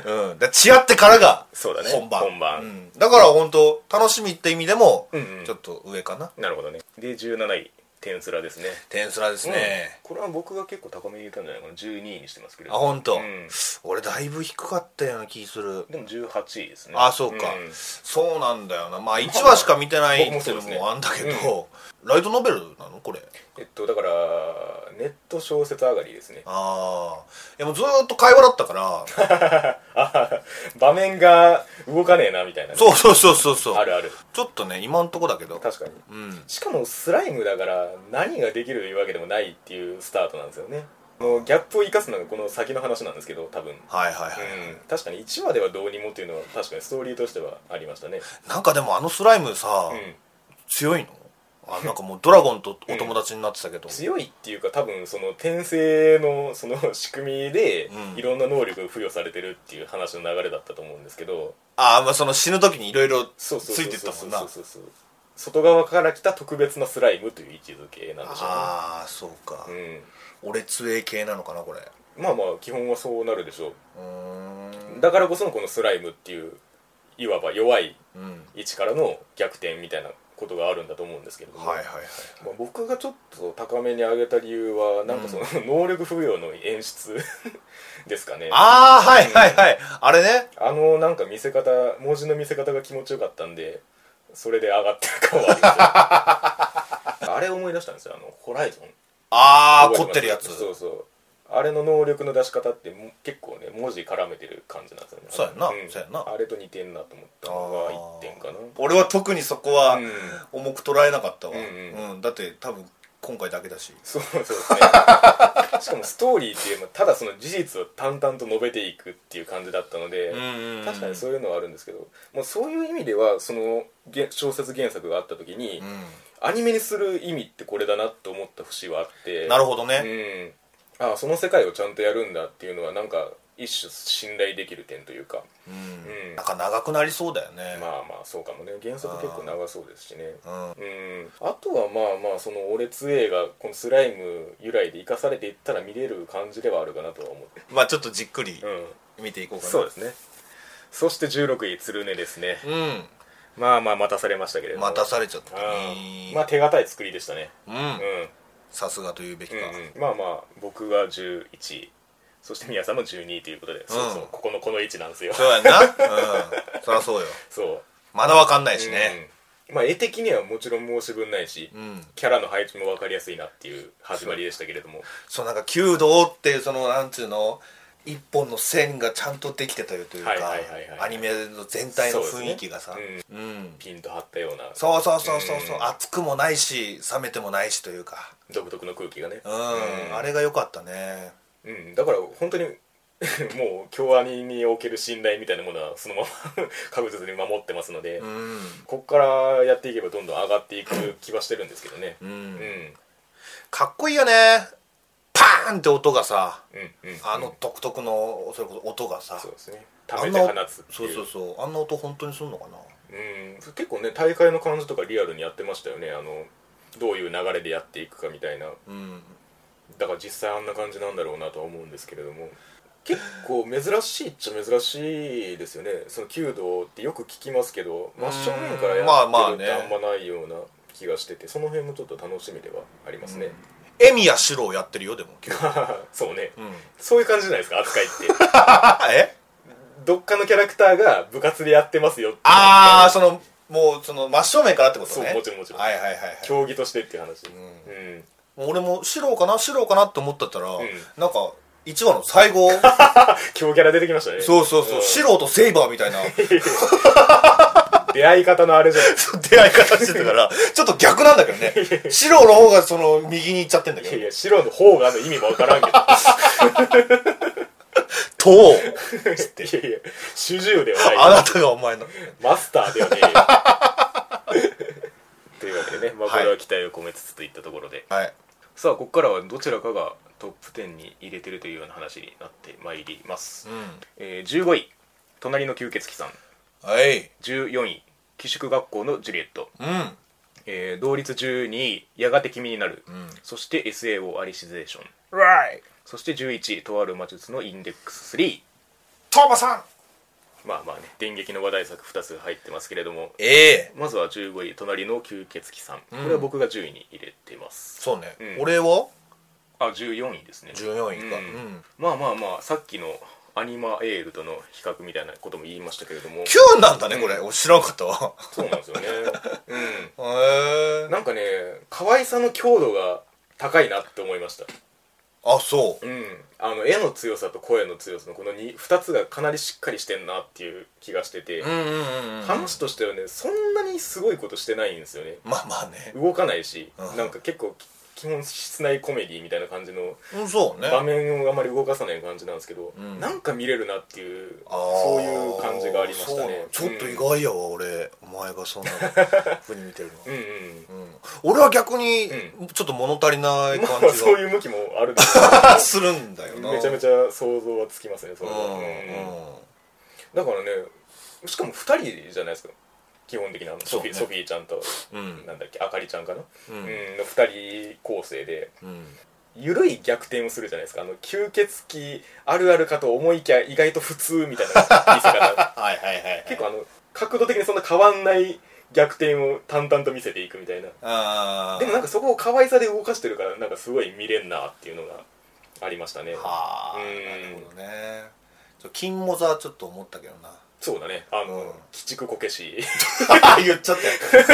S2: うんだチアってからが
S1: そうだね
S2: 本番
S1: 本番
S2: うんだから本当楽しみって意味でも、
S1: うんうん
S2: ちょっと上かな
S1: なるほどねで17位テンスラですね
S2: 天スラです
S1: う
S2: ね
S1: ん、これは僕が結構高めに入れたんじゃないかな12位にしてますけれ
S2: あ
S1: ど
S2: 本当、
S1: うん
S2: 俺だいぶ低かったような気する
S1: でも18位ですね
S2: あそうか、
S1: ん
S2: そうなんだよなまあ1話しか見てない
S1: 僕も
S2: って
S1: そう
S2: いう
S1: で
S2: の
S1: すね
S2: もあんだけど、ライトノベルなのこれ
S1: えっとだからネット小説上がりですね
S2: ああいやもうずーっと会話だったから
S1: あ場面が動かねえなみたいなね
S2: そうそうそうそうそう
S1: あるある
S2: ちょっとね今んとこだけど
S1: 確かに
S2: うん
S1: しかもスライムだから何ができるというわけでもないっていうスタートなんですよねあのギャップを生かすのがこの先の話なんですけど多分、うん、
S2: はいはいはい、
S1: 確かに1話ではどうにもっていうのは確かにストーリーとしてはありましたね
S2: なんかでもあのスライムさ、
S1: うん
S2: 強いのあなんかもうドラゴンとお友達になってたけど、
S1: 強いっていうか多分その転生のその 仕組みで
S2: うん
S1: いろんな能力が付与されてるっていう話の流れだったと思うんですけど
S2: ああまあその死ぬ時にいろいろつ
S1: そうそう
S2: い
S1: そう
S2: てったも
S1: そ
S2: ん
S1: う
S2: な
S1: そうそうそう外側から来た特別なスライムという位置づけなんでしょ
S2: ああそうか、
S1: うね
S2: 俺杖系なのかなこれ
S1: うんまあまあ基本はそうなるでしょ
S2: うー
S1: うんだからこそのこのスライムっていういわば弱い
S2: うん
S1: 位置からの逆転みたいなことがあるんだと思うんですけれども、
S2: はいはいはい
S1: まあ、僕がちょっと高めに上げた理由はなんかその、 能力不要の演出ですかね
S2: ああはいはいはい、あれね
S1: あのなんか見せ方文字の見せ方が気持ちよかったんでそれで上がってる感はあるん ですよあれ思い出したんですよあのホライゾン
S2: ああ
S1: 覚
S2: 凝
S1: えます
S2: ってるやつ
S1: そうそうあれの能力の出し方っても結構ね文字絡めてる感じなんですよね
S2: そうやんな
S1: うん
S2: そうやんな
S1: あれと似てんなと思ったのが1点かな
S2: 俺は特にそこは
S1: うん
S2: 重く捉えなかったわ、
S1: うんうん
S2: だって多分今回だけだし
S1: そうそう ですねしかもストーリーっていうのはただその事実を淡々と述べていくっていう感じだったので、確かにそういうのはあるんですけどもうそういう意味ではそのげ小説原作があった時に、
S2: う
S1: アニメにする意味ってこれだなと思った節はあって
S2: ん、なるほどね、
S1: うん、ああその世界をちゃんとやるんだっていうのはなんか一種信頼できる点というか、
S2: うん
S1: ん
S2: なんか長くなりそうだよね、
S1: まあまあそうかもね原作結構長そうですしね
S2: うん、
S1: うんあとはまあまあその「オレツエ」がこのスライム由来で生かされていったら見れる感じではあるかなとは思って
S2: まあちょっとじっくり
S1: うん
S2: 見ていこうかな
S1: そうですねそして16位鶴音ですね
S2: う
S1: まあまあ待たされましたけれど
S2: ん
S1: も
S2: 待たされちゃった
S1: うん
S2: ね
S1: まあ手堅い作りでしたね
S2: うん
S1: うん
S2: さすがというべきか、
S1: うんうんまあまあ僕が11位そして宮さんも12位ということで、そうそうここのこの位置なんですよ
S2: そうやんな、うん、そりゃそうよ
S1: そう
S2: まだわかんないしね
S1: うんまあ絵的にはもちろん申し分ないし、
S2: うん、
S1: キャラの配置も分かりやすいなっていう始まりでしたけれども
S2: そうなんか弓道っていうそのなんつうの一本の線がちゃんとできてたよというか、
S1: はいはいはいはい
S2: アニメの全体の雰囲気がさ
S1: そうです
S2: う,、ん
S1: ピンと張ったような
S2: そうそうそうそうそう
S1: うん
S2: 熱くもないし冷めてもないしというか
S1: 独特の空気がね
S2: うん、あれが良かったね
S1: うんだから本当に もう京アニにおける信頼みたいなものはそのまま 確実に守ってますので、
S2: うん、
S1: こっからやっていけばどんどん上がっていく気はしてるんですけどね
S2: うん
S1: うん
S2: かっこいいよねパーンって音がさ
S1: うんうん
S2: あの独特のそれこそ音がさ、
S1: そうですね
S2: あ
S1: 溜め
S2: ん
S1: て
S2: な
S1: 放つって
S2: そ
S1: いう
S2: そうそうあんな音本当にすんのかな
S1: うん結構ね大会の感じとかリアルにやってましたよねあのどういう流れでやっていくかみたいな
S2: うん
S1: だから実際あんな感じなんだろうなとは思うんですけれども結構珍しいっちゃ珍しいですよねその弓道ってよく聞きますけど真正面から
S2: うんまあま
S1: や
S2: あ
S1: って
S2: ね
S1: るってあんまないような気がしててその辺もちょっと楽しみではありますね、
S2: エミやシロをやってるよでも
S1: そうね
S2: うん
S1: そういう感じじゃないですか扱いって
S2: え
S1: どっかのキャラクターが部活でやってますよって
S2: ああそのもうその真正面からってことね
S1: そうもちろんもちろん
S2: はいはいはい、はい、
S1: 競技としてっていう話うん、
S2: もう俺もシローかなシローかなって思ってたら、
S1: ん
S2: なんか1話の最 後
S1: 強キャラ出てきましたね
S2: そうそうそう、
S1: ん
S2: シローとセイバーみたいな
S1: 出会い方のあれじゃないですか
S2: 出会い方してたからちょっと逆なんだけどねシローの方がその右に行っちゃってんだ
S1: いやい
S2: け
S1: や白の方がの意味もわからんけど
S2: どと
S1: いやいや主従では
S2: あ
S1: ない
S2: なたがお前の
S1: マスターではねえよというわけでね、まあ、これは期待を込めつつといったところで、
S2: はい
S1: さあここからはどちらかがトップ10に入れてるというような話になってまいります、
S2: うん
S1: えー15位隣の吸血鬼さん
S2: はい
S1: 14位寄宿学校のジュリエット、
S2: うん
S1: えー同率12位やがて君になる、
S2: ん
S1: そして SAO アリシゼーション
S2: ライ
S1: そして11位とある魔術のインデックス3
S2: トーマさん
S1: まあまあね電撃の話題作2つ入ってますけれども
S2: ええ
S1: まずは15位隣の吸血鬼さんこれは僕が10位に入れてます、
S2: そうね、
S1: うん
S2: 俺は
S1: あ14位ですね
S2: 14位か
S1: うん
S2: うん
S1: まあまあまあさっきのアニマエールとの比較みたいなことも言いましたけれども
S2: 9なんだねこれ、俺知らんかったわ
S1: そうなんですよね
S2: へ
S1: う
S2: え
S1: んなんかね可愛さの強度が高いなって思いました
S2: あそう
S1: うんあの絵の強さと声の強さのこの 2, 2つがかなりしっかりしてんなっていう気がしてて、
S2: うんうんうんうん
S1: 話としてはねそんなにすごいことしてないんですよね
S2: まあまあね
S1: 動かないし、
S2: うん
S1: なんか結構き基本室内コメディみたいな感じの
S2: うんそうね
S1: 場面をあまり動かさない感じなんですけど、
S2: ん
S1: なんか見れるなっていう
S2: あー
S1: そういう感じがありました
S2: そうな
S1: ね
S2: のちょっと
S1: う
S2: 意
S1: ん
S2: 外やわ、俺お前がそんなふうに見てるの
S1: うんうん
S2: うん俺は逆に
S1: う
S2: ちょっと物足りない
S1: ま
S2: 感
S1: あまあ
S2: じ
S1: そういう向きもあるん ですけ
S2: がするんだよ
S1: ど
S2: な
S1: めちゃめ
S2: ち
S1: ちゃ想像はつきますねそれは、うん
S2: う
S1: だからねしかも2人じゃないですか基本的なあのソフィー
S2: そ
S1: ソ
S2: うね
S1: フィーちゃんと
S2: んうん
S1: なんだっけあかりちゃんかな、
S2: うん
S1: うん、の2人構成で
S2: うん
S1: 緩い逆転をするじゃないですかあの吸血鬼あるあるかと思いきや意外と普通みたいな見せ 方
S2: はいはいはいはい
S1: 結構あの角度的にそんな変わんない逆転を淡々と見せていくみたいな
S2: あー
S1: でもなんかそこを可愛さで動かしてるからなんかすごい見れんなっていうのがありましたね
S2: はあ
S1: うん
S2: なるほどねちょ金モザちょっと思ったけどな
S1: そうだねあの、
S2: うん
S1: 鬼畜こけし
S2: 言っちゃったよ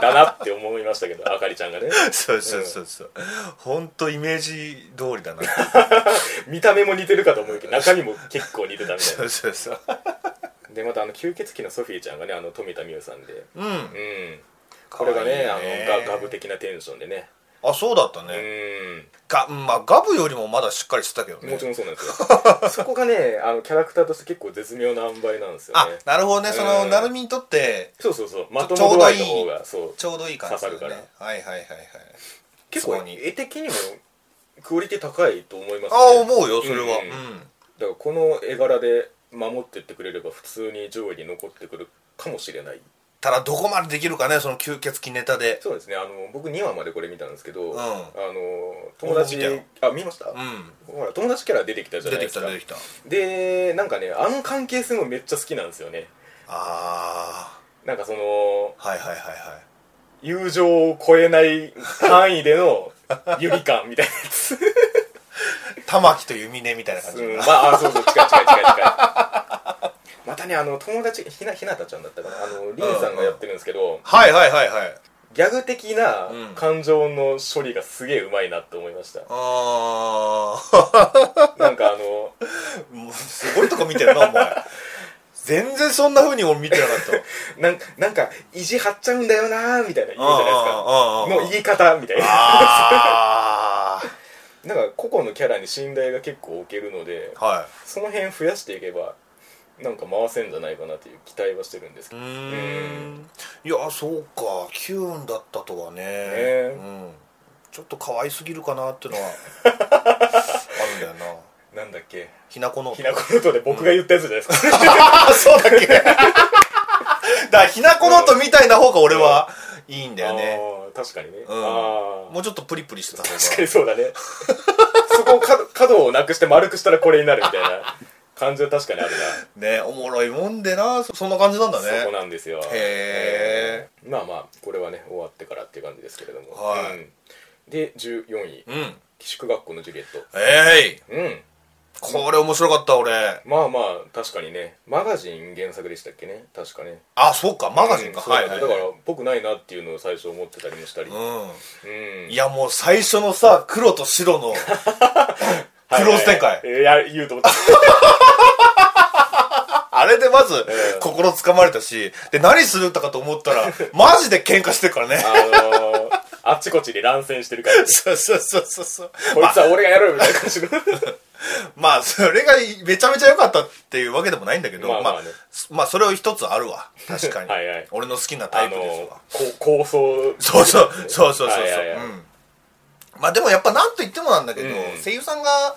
S1: だなって思いましたけどあかりちゃんが ね
S2: そうそうそうそう本当イメージ通りだな
S1: 見た目も似てるかと思うけど中身も結構似てたみたい
S2: そうそうそう
S1: なでまたあの吸血鬼のソフィーちゃんがねあの富田美由さんで
S2: うん
S1: うんこれがね
S2: 可愛い
S1: あのガガブ的なテンションでね
S2: あそうだった
S1: う
S2: ね
S1: ん
S2: がまあガブよりもまだしっかりしてたけど
S1: も
S2: ね
S1: ちろんそうなんですよ そこがねあのキャラクターとして結構絶妙な塩梅なんですよ
S2: あ
S1: ね
S2: なるほどねそうの
S1: ん
S2: なるみにとって
S1: そうそうそうまと
S2: ちょ
S1: も度
S2: うど
S1: 合
S2: いい
S1: いの方がそう
S2: ちょうどいい感じだよ
S1: 刺さる
S2: ねはいはいはいはい
S1: 結
S2: そ
S1: 構
S2: こに
S1: 絵的にもクオリティ高いと思いますね
S2: ああ思うよそれは
S1: うん
S2: うん
S1: だからこの絵柄で守ってってくれれば普通に上位に残ってくるかもしれない
S2: ただどこまでできるかねその吸血鬼ネタで
S1: そうですねあの僕2話までこれ見たんですけど、
S2: ん
S1: あの友達
S2: 俺も見
S1: あ見ました、
S2: うん
S1: ほら友達キャラ出てきたじゃない
S2: 出て
S1: で
S2: き
S1: す
S2: た
S1: か
S2: 出てきた
S1: でなんかねあの関係性もめっちゃ好きなんですよね
S2: あ
S1: なんかその
S2: あはいはいはいはい
S1: 友情を超えない範囲で のゆり感みたいなやつ
S2: 玉木と弓根みたいな感じ
S1: うん、ま
S2: だな
S1: ああそうそう近い近い近い近いまたねあの友達ひなひなたちゃんだったかなあのリンさんがやってるんですけど、
S2: はいはいはいはい
S1: ギャグ的な
S2: うん
S1: 感情の処理がすげえうまいなって思いま した、
S2: ああ
S1: なんかあの
S2: もう すごいとこ見てるなお前全然そんな風に俺見てなかったわ
S1: なんなんか意地張っちゃうんだよなーみたいな言うじゃ
S2: うんうんうんうん
S1: ないですかの言い方みたいな
S2: あ
S1: なんか個々のキャラに信頼が結構置けるので
S2: あは
S1: その辺増やしていけばなんか回せんじゃないかなという期待はしてるんです
S2: いう
S1: けど、
S2: ーんいやそうかキューンだったとはね
S1: え
S2: うん、ちょっと可愛すぎるか なっていうのはあるんだよな
S1: なんだっけ
S2: ひなこの
S1: ひなこのとで僕が言ったやつじゃないですか、
S2: あそうだっ けだからひなこの音みたいな方が俺はいいんだよね、
S1: あー確かにね、
S2: う
S1: あ
S2: ん
S1: あ
S2: もうちょっとプリプリしてた方が
S1: 確かにそうだねそこを角角をなくして丸くしたらこれになるみたいな感じは確かにあるな、
S2: ねおもろいもんでなそそんな感じなんだね
S1: そこなんですよ
S2: へ
S1: えーまあまあこれはね終わってからっていう感じですけれども、
S2: はい
S1: うんで14位
S2: うん
S1: 「寄宿学校のジュリエット
S2: えい」
S1: うん
S2: これ面白かった俺
S1: まあまあ確かにねマガジン原作でしたっけね確かね
S2: あそうかマガジンか、
S1: うんそう
S2: は
S1: だ
S2: い
S1: ね
S2: は
S1: だ
S2: い
S1: から僕ないなっていうのを最初思ってたりもしたり、
S2: うん
S1: うん
S2: いやもう最初のさ黒と 白の クロス展開、
S1: はいはいはいいや言うと思った
S2: あれでまず
S1: ええ
S2: 心つかまれたしで何するんだかと思っ たらマジで喧嘩してるからね
S1: あのー、あっちこっちで乱戦してるから
S2: そうそうそうそうそう
S1: こいつは俺がやろうよみたいな感じ の
S2: まあそれがめちゃめちゃ良かったっていうわけでもないんだけど
S1: まあ
S2: まあ
S1: まあね
S2: まあそれを一つあるわ確か に
S1: はいはい
S2: 俺の好きなタ
S1: あ
S2: イプ
S1: の
S2: ですわ、
S1: こ構想
S2: そうそう そうそうそうそう、
S1: はいはいはい
S2: うんまあでもやっぱなんと言ってもなんだけど、
S1: うん
S2: 声優さんが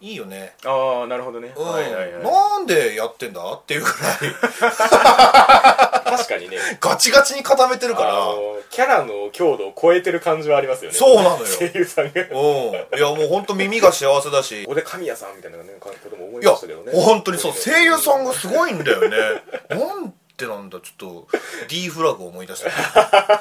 S2: いいよね
S1: ああなるほどね、
S2: うん、
S1: はいはいはい
S2: なんでやってんだっていうぐらい
S1: 確かにね
S2: ガチガチに固めてる
S1: あ
S2: から
S1: のキャラの強度を超えてる感じはありますよね
S2: そうなのよ
S1: 声優さんが
S2: うんいやもうほんと耳が幸せだしい
S1: 俺神谷さんみたいなね感ことも思い
S2: や
S1: ましたけどね
S2: 本当にそう声優さんがすごいんだよねなんてなんだちょっと D フラグ思い出した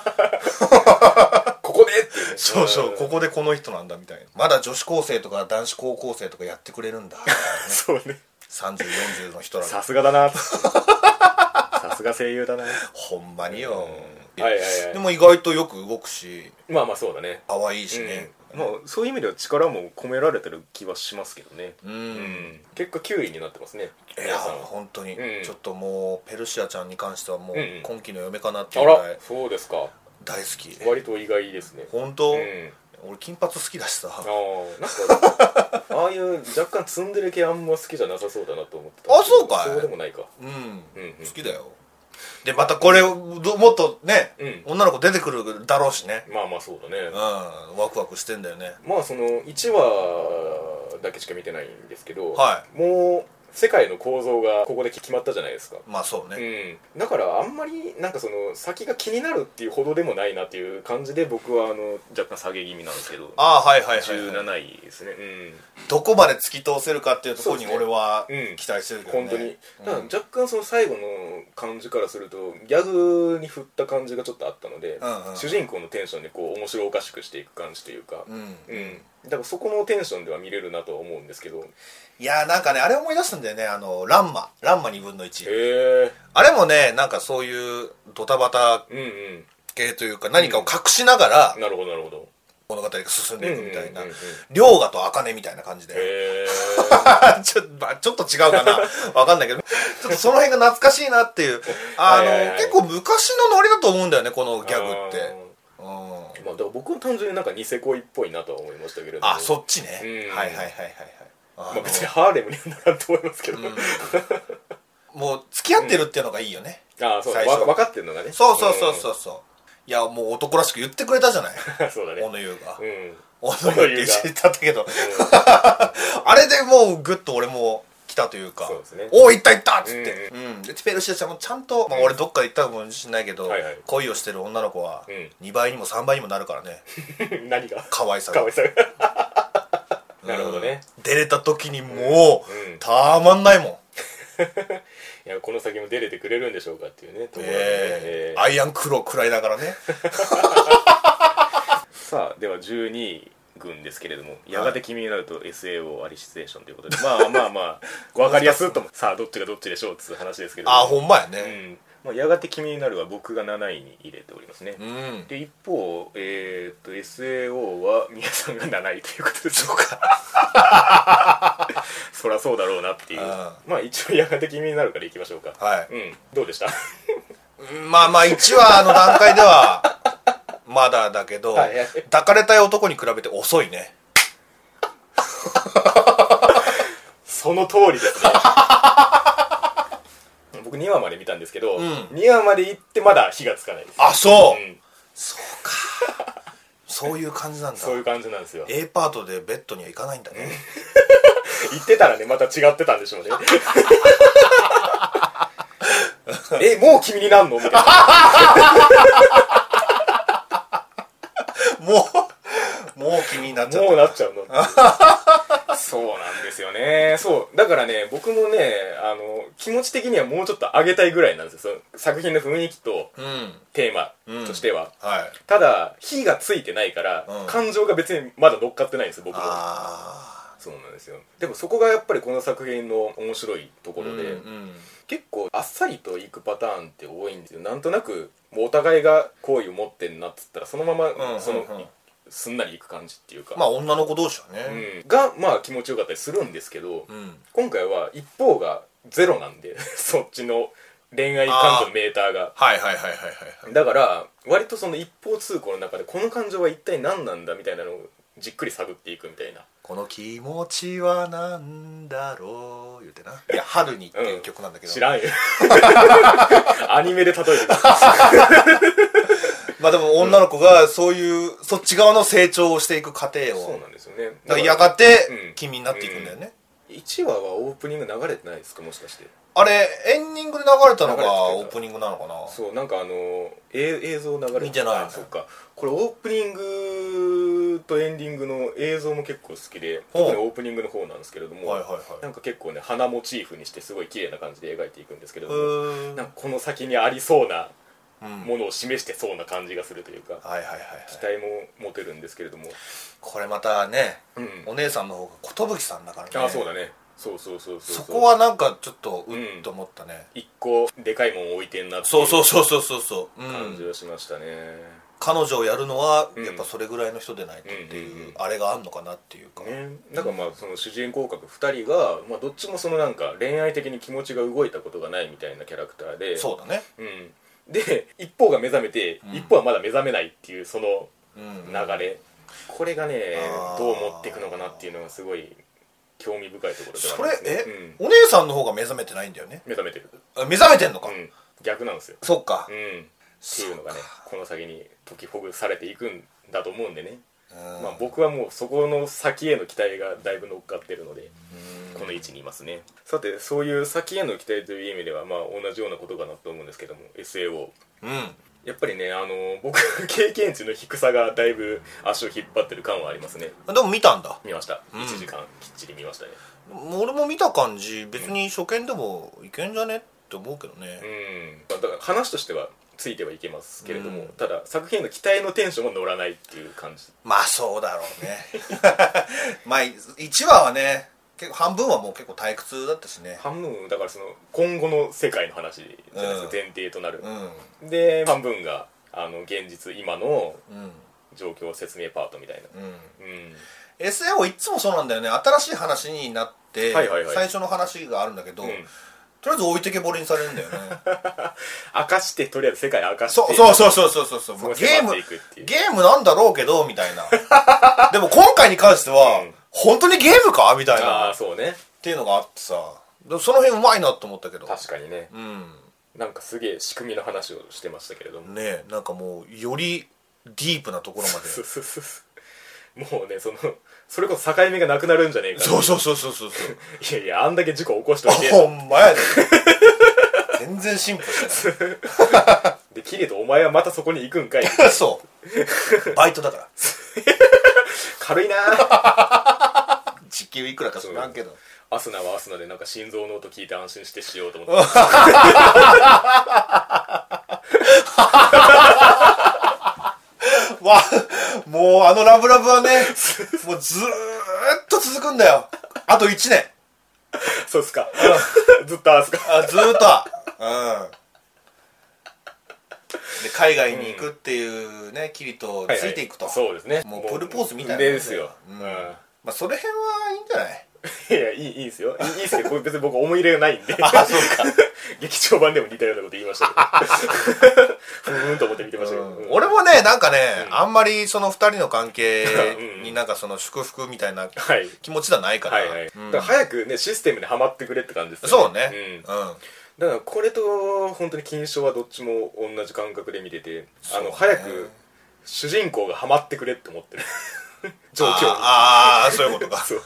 S1: ここでっていうね
S2: そうそうこ
S1: ん
S2: こでこの人なんだみたいなまだ女子高生とか男子高校生とかやってくれるんだ
S1: そうね
S2: 3040の人らが
S1: さすがだ なさすが声優だな
S2: ほんまによ、
S1: うんはいはいはい
S2: でも意外とよく動くし
S1: まあまあそうだね
S2: 可愛いしね
S1: うん、まあそういう意味では力も込められてる気はしますけどね
S2: うん、
S1: うん結果9位になってますね
S2: いや
S1: 皆さんは
S2: 本当に、
S1: うん
S2: ちょっともうペルシアちゃんに関してはもう
S1: うん
S2: 今期の嫁かなって
S1: あ
S2: いうぐら
S1: ら
S2: い
S1: そうですか
S2: 大好き、
S1: 割と意外ですね
S2: 本当、
S1: うん
S2: 俺金髪好きだしさ
S1: あ
S2: あ
S1: あなんか ああいう若干ツンデレ系あんま好きじゃなさそうだなと思ってた
S2: あそうかい
S1: そうでもないか
S2: うん、
S1: うんうん
S2: 好きだよでまたこれどもっとね、
S1: う
S2: 女の子出てくるだろうしね
S1: まあまあそうだね、
S2: うんワクワクしてんだよね
S1: まあその1話だけしか見てないんですけど、
S2: は
S1: もう世界の構造がここで決まったじゃないですか
S2: まあそうね、
S1: うん、だからあんまりなんかその先が気になるっていうほどでもないなっていう感じで僕はあの若干下げ気味なんですけど
S2: ああはいはいはい、はい、
S1: 17位ですねうん
S2: どこまで突き通せるかっていうところに
S1: そうです
S2: 俺
S1: ね
S2: は
S1: うん
S2: 期待してるけど
S1: 本
S2: ね、
S1: 当に
S2: うん
S1: ただ若干その最後の感じからするとギャグに振った感じがちょっとあったので、
S2: うんうん
S1: 主人公のテンションでこう面白おかしくしていく感じというか、
S2: うん
S1: うんだからそこのテンションでは見れるなとは思うんですけどへ
S2: いやーなんかねあれ思い出すんだよねあのランマランマ2分の1
S1: え
S2: あれもねなんかそういうドタバタ
S1: うんうん
S2: 系というか何かを隠しながら
S1: なるほどなるほど
S2: 物語が進んでいくみたいな
S1: うんうんうんうん
S2: 龍河と茜みたいな感じで
S1: へえ
S2: ちょ,、まあ、ちょっと違うかなわ かんないけどちょっとその辺が懐かしいなっていうあ
S1: はいはい
S2: の
S1: はい
S2: 結構昔のノリだと思うんだよねこのギャグってうん
S1: まあ、だから僕は単純になんかニセ恋っぽいなとは思いましたけれども
S2: あそっちね
S1: うん
S2: はいはいはいはいはいあ
S1: まあ、
S2: の
S1: 別にハーレムにはならんと思いますけど、
S2: もう付き合ってるっていうのがいいよね
S1: ああそう
S2: 最初
S1: わ分かってるのがね
S2: そうそうそうそうそういやもう男らしく言ってくれたじゃない
S1: うん そうだね
S2: 小野優が
S1: うん
S2: 小野優って言ってたんだけど あれでもうグッと俺も来たというか
S1: そうですね
S2: おお行った行ったっつって、うんでティペルシアちゃんもちゃんと、まあ、俺どっかで行ったかもしれないけど、
S1: はいはい
S2: 恋をしてる女の子は
S1: うん
S2: 2倍にも3倍にもなるからね
S1: うん 何が
S2: 可愛さ
S1: か
S2: が
S1: わいさが なるほどね、
S2: うん出れた時にもう、
S1: うん
S2: たまんないもん、
S1: いやこの先も出れてくれるんでしょうかっていうねところでね
S2: え
S1: え
S2: ー、アイアンクロー食らいながらね
S1: ーさあでは12位軍ですけれどもやがて君になると SAO アリシテーションということで、まあまあまあ分かりやすいともさあどっちがどっちでしょうっつう話ですけれども
S2: あほんまや
S1: う
S2: ね
S1: んまあ、やがて君になるは僕が7位に入れておりますね、
S2: うん、
S1: で一方、えー、っと SAO は宮さんが7位ということでしょうか そりゃそうだろうなっていう
S2: あ
S1: まあ一応やがて君になるからいきましょうか
S2: はい
S1: うんどうでした
S2: うんまあまあ1話の段階では まだだけど
S1: はいはい
S2: 抱かれたい男に比べて遅いね
S1: その通りですね 僕2話まで見たんですけど、
S2: ん
S1: 二2話まで行ってまだ火がつかないです
S2: あそう、
S1: うん、
S2: そういう感じなんだ
S1: そういう感じなんですよ
S2: A パートでベッドには行かないんだね、
S1: 言ってたらねまた違ってたんでし ょうねえもう君になんのみたいな
S2: もうもう気になっちゃっ
S1: もうな っちゃうのそうなんですよねそうだからね僕もねあの気持ち的にはもうちょっと上げたいぐらいなんですよその作品の雰囲気と
S2: たうん
S1: テーマとしては、
S2: はい
S1: ただ火がついてないから、
S2: うん
S1: 感情が別にまだ乗っかってないんですよ僕も
S2: あ
S1: そうなんですよでもそこがやっぱりこの作品の面白いとこ
S2: あう
S1: ろ
S2: ん
S1: で、
S2: うん
S1: 結構あっさりといくパターンって多いんですよなんとなくもうお互いが好意を持ってんなっつったらそのまま、
S2: うん
S1: その、
S2: うん
S1: すんなりいく感じっていうか
S2: まあ女の子同士はね
S1: うんがまあ気持ちよかったりするんですけど、
S2: うん、
S1: 今回は一方がゼロなんで そっちの恋愛感情のメーターが
S2: はいはいはいはいはいはい
S1: だから割とその一方通行の中でこの感情は一体何なんだみたいなのをじっくり探っていくみたいな
S2: この気持ちはなんだろう言うてないや春にっていう曲なんだけ ど、
S1: 知らんよ アニメで例えてる
S2: まあでも女の子がそういう、そっち側の成長をしていく過程
S1: そう
S2: を
S1: なんですよね
S2: だからやがて
S1: うん
S2: 君になっていくんだよね、
S1: 1話はオープニング流れてないですかもしかして
S2: あれエンディングで流れたのがオープニングなのかな
S1: そうなんかあのーえ映像流れて
S2: 見てない
S1: あそっかこれオープニングとエンディングの映像も結構好きで
S2: ほう
S1: 特にオープニングの方なんですけれども、
S2: はいはいはい
S1: なんか結構ね花モチーフにしてすごい綺麗な感じで描いていくんですけれども、
S2: うーん
S1: なんかこの先にありそうな
S2: うん
S1: ものを示してそうな感じがするというか、
S2: はいはいはいはい
S1: 期待も持てるんですけれども、
S2: これまたね、
S1: うん
S2: お姉さんの方が寿さんだからね
S1: ああそうだねそうそうそうそう
S2: そうこはなんかちょっとうっと思ったね、
S1: 一個でかいもん置いてんなってい
S2: そう
S1: う
S2: そうそうそうそうそう、う
S1: 感じ
S2: ん、
S1: はしましたね、
S2: 彼女をやるのは
S1: うん
S2: やっぱそれぐらいの人でないとって
S1: うんうん
S2: いううあれがあんのかなっていうか、
S1: ね、なんかまあその主人公格2人が、まあ、どっちもそのなんか恋愛的に気持ちが動いたことがないみたいなキャラクターで
S2: そうだね、
S1: う、ん、で一方が目覚めて、
S2: ん
S1: 一方はまだ目覚めないっていうその
S2: うん、
S1: 流れ、これがね
S2: あー
S1: どう持っていくのかなっていうのがすごい興味深いところでは
S2: そ
S1: あ
S2: れ
S1: りますね
S2: え
S1: うん、
S2: お姉さんの方が目覚めてないんだよね
S1: 目覚めてる、
S2: あ目覚めてんの
S1: う
S2: か、
S1: ん、逆なんですよ
S2: そっか
S1: うんっていうのがね
S2: そっ
S1: この先に解きほぐされていくんだと思うんでね、
S2: うん
S1: まあ、僕はもうそこの先への期待がだいぶ乗っかってるので、この位置にいますねさてそういう先への期待という意味ではまあ同じようなことかなと思うんですけども SAO
S2: うん
S1: やっぱりねあの僕 経験値の低さがだいぶ足を引っ張ってる感はありますね
S2: でも見たんだ
S1: 見ました、
S2: うん
S1: 1時間きっちり見ましたね
S2: 俺も見た感じ別に初見でもいけんじゃねって思うけどね
S1: うんまあだから話としてはついてはいけますけれども、
S2: うん
S1: ただ作品への期待のテンションも乗らないっていう感じ
S2: まあそうだろうね まあ1話はね結構半分はもう結構退屈だったしね
S1: 半分だからその今後の世界の話じゃないですか、
S2: うん
S1: 前提となる
S2: う、ん
S1: で半分があの現実今の
S2: うん
S1: 状況説明パートみたいな
S2: うん
S1: うん、
S2: SAO いつもそうなんだよね新しい話になって、
S1: はいはいはい
S2: 最初の話があるんだけど、
S1: うん、
S2: とりあえず置いてけぼりにされるんだよね
S1: 明かしてとりあえず世界明かして
S2: そうそうそうそうそうそうそう
S1: そ
S2: も
S1: う
S2: うゲーム
S1: 迫っていくっていう
S2: ゲームなんだろうけどみたいな でも今回に関しては、
S1: うん
S2: 本当にゲームかみたい
S1: あ
S2: な
S1: あ
S2: っ
S1: そうね
S2: ていうのがあってさでもその辺うまいなと思ったけど
S1: 確かにね
S2: うん
S1: なんかすげえ仕組みの話をしてましたけれども
S2: ねなんかもうよりディープなところまで
S1: そうそうそうそうもうねそのそれこそ境目がなくなるんじゃねえか
S2: そうそうそうそ うそうそ
S1: い
S2: う
S1: やいやあんだけ事故起こしといて
S2: ほんまやで全然進歩して
S1: でキリトお前はまたそこに行くんかい
S2: ない そうバイトだから
S1: 軽いなー
S2: 時給いくらか知らんけど
S1: アスナはアスナでなんか心臓の音聞いて安心してしようと思って
S2: わもうあのラブラブはねもうずーっと続くんだよあと1年
S1: そうっすかずっとあすか
S2: あずーっとはうんで海外に行くっていうね、キリトをついていくと、
S1: そうですね
S2: もうプルポーズみたいな
S1: でですよ、
S2: う
S1: うんん、
S2: まあそれ辺はいいんじゃない
S1: いやいいいいですよいいいいですけどこれ別に僕思い入れがないんで
S2: そうか
S1: 劇場版でも似たようなこと言いましたけどふーんと思って見てましたけど、うん
S2: 俺もねなんかね、あんまりその2人の関係
S1: うん
S2: になんかその祝福みたいな
S1: はい
S2: 気持ちではないから,、
S1: はいはい、
S2: うん
S1: だから早くねシステムにはまってくれって感じです
S2: そうね
S1: ん
S2: うん、
S1: だからこれと本当に金賞はどっちも同じ感覚で見ててあ
S2: そう
S1: の
S2: ね
S1: 早く主人公がハマってくれって思 ってる状況に
S2: あーあーそういうことか
S1: そう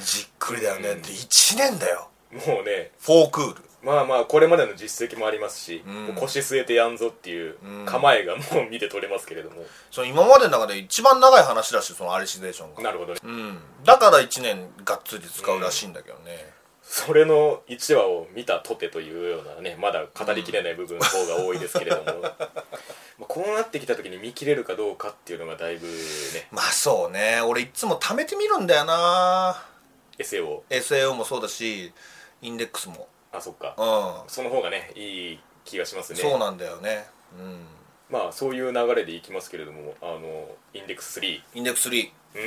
S2: じっくりだよね、で1年だよ
S1: もうね
S2: フォークール
S1: まあまあこれまでの実績もありますし、
S2: ん
S1: もう腰据えてやんぞっていう構えがもう見て取れますけれども、
S2: その今までの中で一番長い話だしそのアリシゼーションが
S1: なるほどね
S2: うんだから1年がっつり使うらしいんだけどね、
S1: それの1話を見たとてというようなねまだ語りきれない部分の方が多いですけれども、 まあこうなってきた時に見切れるかどうかっていうのがだいぶね
S2: まあそうね俺いつも貯めてみるんだよな
S1: SAO を
S2: SAO もそうだしインデックスも
S1: あそっか
S2: うん、
S1: その方がねいい気がしますね
S2: そうなんだよねうん
S1: まあそういう流れでいきますけれどもあのインデックス3
S2: インデックス3
S1: う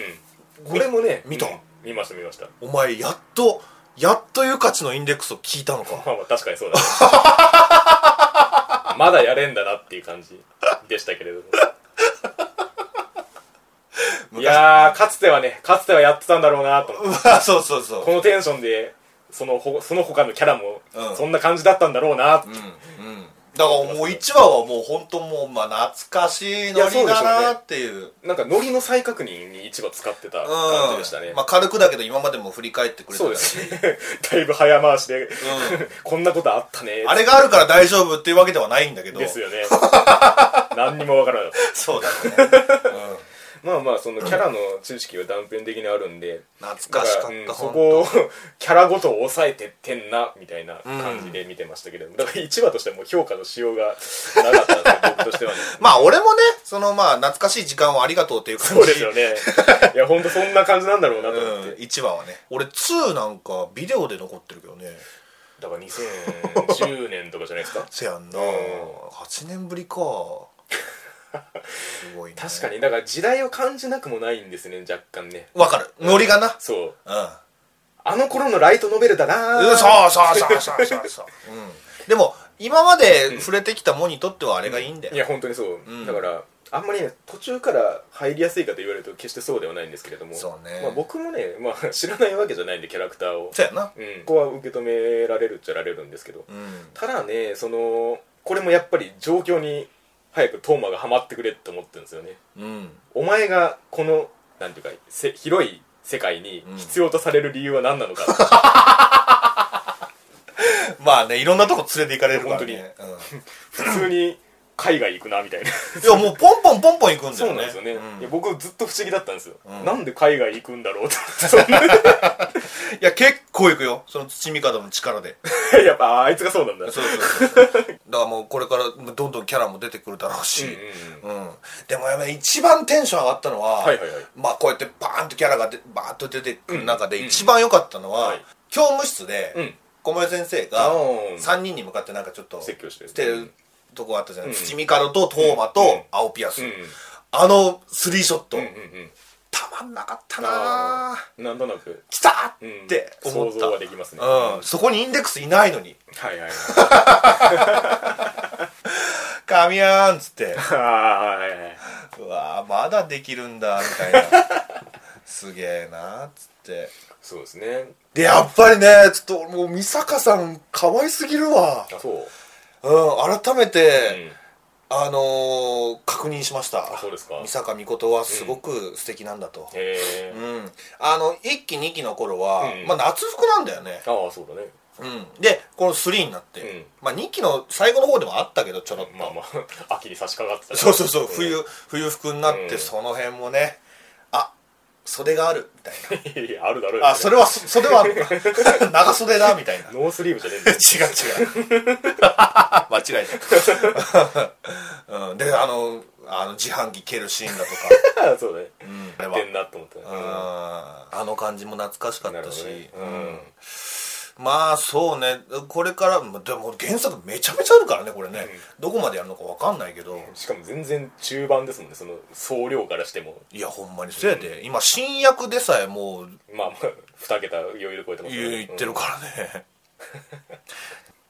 S1: んこれもね
S2: 見た
S1: うん見ました見ました
S2: お前やっとやっとユカチのインデックスを聞いたのか
S1: まあまあ確かにそうだ、ね、まだやれんだなっていう感じでしたけれどもいやーかつてはねかつてはやってたんだろうなと思って
S2: うわ そうそうそう
S1: このテンションでそのほその他のキャラも
S2: うん
S1: そんな感じだったんだろうなって、
S2: うんうんだからもう1話はもう本当もうまあ懐かしいノリだなっていう
S1: なんかノリの再確認に一話使ってた感じでしたね、
S2: うんまあ、軽くだけど今までも振り返ってくれて
S1: そう
S2: た
S1: で
S2: し
S1: すね だいぶ早回しで、
S2: ん
S1: こんなことあったね
S2: あれがあるから大丈夫っていうわけではないんだけど
S1: ですよね何にもわからなかった
S2: そうだね、
S1: まあまあそのキャラの知識は断片的にあるんで
S2: うん、懐
S1: だか
S2: かしかった、
S1: ら、うん
S2: 本当
S1: そこを キャラごと抑えてってんなみたいな感じで見てましたけど、だから1話としてはもう評価のしようがなかったんで僕と してはね
S2: まあ俺もねそのまあ懐かしい時間をありがとうっていう感
S1: そうで
S2: じ
S1: すよ ねいや本当そんな感じなんだろうなと思って、
S2: うん、1話はね俺2なんかビデオで残ってるけどね
S1: だから2010年とかじゃないです か
S2: せやんな、
S1: うん
S2: 8年ぶりかすごいね
S1: 確かにだから時代を感じなくもないんですね若干ね
S2: わかるノリがな
S1: そう
S2: うん
S1: あの頃のライトノベルだな
S2: うんそうそうそうそうそうそう、うん、でも今まで触れてきたものにとってはあれがいいんだよ、
S1: いや本当にそう、だからあんまりね途中から入りやすいかと言われると決してそうではないんですけれども
S2: そうね
S1: まあ、僕もね、まあ、知らないわけじゃないんでキャラクターを
S2: そうやな
S1: うん、ここは受け止められるっちゃられるんですけど、
S2: うん
S1: ただねそのこれもやっぱり状況に早くトーマがハマってくれって思ってるんですよね
S2: うん
S1: お前がこのなんていうかせ広い世界に必要とされる理由は何なのか、
S2: まあねいろんなとこ連れて行かれるから
S1: い
S2: ね
S1: や
S2: うん
S1: 普通に海外行くなみたいな
S2: いやもうポンポンポンポン行くんだ
S1: そう
S2: よ
S1: なん
S2: ね
S1: ですよね、
S2: うん
S1: いや僕ずっと不思議だったんですよ、
S2: うん
S1: なんで海外行くんだろう ってそんない
S2: や結構行くよその土味方の力で
S1: やっぱあいつがそうなんだ
S2: そうそうそう だからもうこれからどんどんキャラも出てくるだろうし、
S1: うん
S2: うんでもやっぱ一番テンション上がったのは、
S1: はいはいはい
S2: まあこうやってバーンとキャラがでバーンと出てくる中で
S1: うん
S2: 一番良かったのは、
S1: はい
S2: 教務室で
S1: うん
S2: 小林先生
S1: あ
S2: が
S1: ー
S2: 3人に向かってなんかちょっと
S1: 説教してる
S2: してるとこあったじゃない、
S1: うん
S2: 土見からとトーマ
S1: うんうん
S2: と青ピアス、
S1: うん
S2: あのスリーショット、
S1: うんうん
S2: たまんなかったな
S1: あ
S2: ー
S1: ーなんとなく
S2: 来た
S1: うん
S2: って思った、
S1: 想像はできますね
S2: うん、そこにインデックスいないのに
S1: はいはいはい
S2: 「神やん」っつって
S1: はいはいはい
S2: 「うわーまだできるんだ」みたいな「すげえな」っつって
S1: そうですね
S2: でやっぱりねちょっともう美坂さん可愛すぎるわ
S1: あそう、
S2: うん改め
S1: う
S2: て、
S1: ん、
S2: あのー確認しました
S1: そうですか
S2: 美坂美琴はすごく素敵なんだと、うん
S1: へえ、
S2: あの1期2期の頃は、
S1: うん
S2: まあ、夏服なんだよね、
S1: ああそうだね
S2: うん、でこの3になって、
S1: うん
S2: まあ、2期の最後の方でもあったけどちょろっと、
S1: まあまあ秋に差し掛かってた
S2: そうそうそう、
S1: ん
S2: 冬、冬服になって、
S1: うん
S2: その辺もね、あ、袖がある、みたい
S1: いやあるだろう
S2: な。あ、それは、そ袖はあるのか。 長袖だ、みたいな。違
S1: ノースリーブじゃねえんだよ
S2: う違う。 間違えた。うん、 で、あの、あの自販機蹴るシーンだと か、
S1: そうだね
S2: うん、あれ
S1: やっ
S2: は
S1: てんなと思ったね
S2: うんあの感じも懐かしか
S1: な
S2: っ
S1: る
S2: た
S1: ほ
S2: し、
S1: どね
S2: うんまあそうねこれからまあでも原作めちゃめちゃあるからねこれね、どこまでやるのか分かんないけど、
S1: うんしかも全然中盤ですもんねその総量からしても
S2: いやほんまにせやで、今新役でさえもう
S1: まあまあ2桁余裕で超えてますよね
S2: 言ってるからね、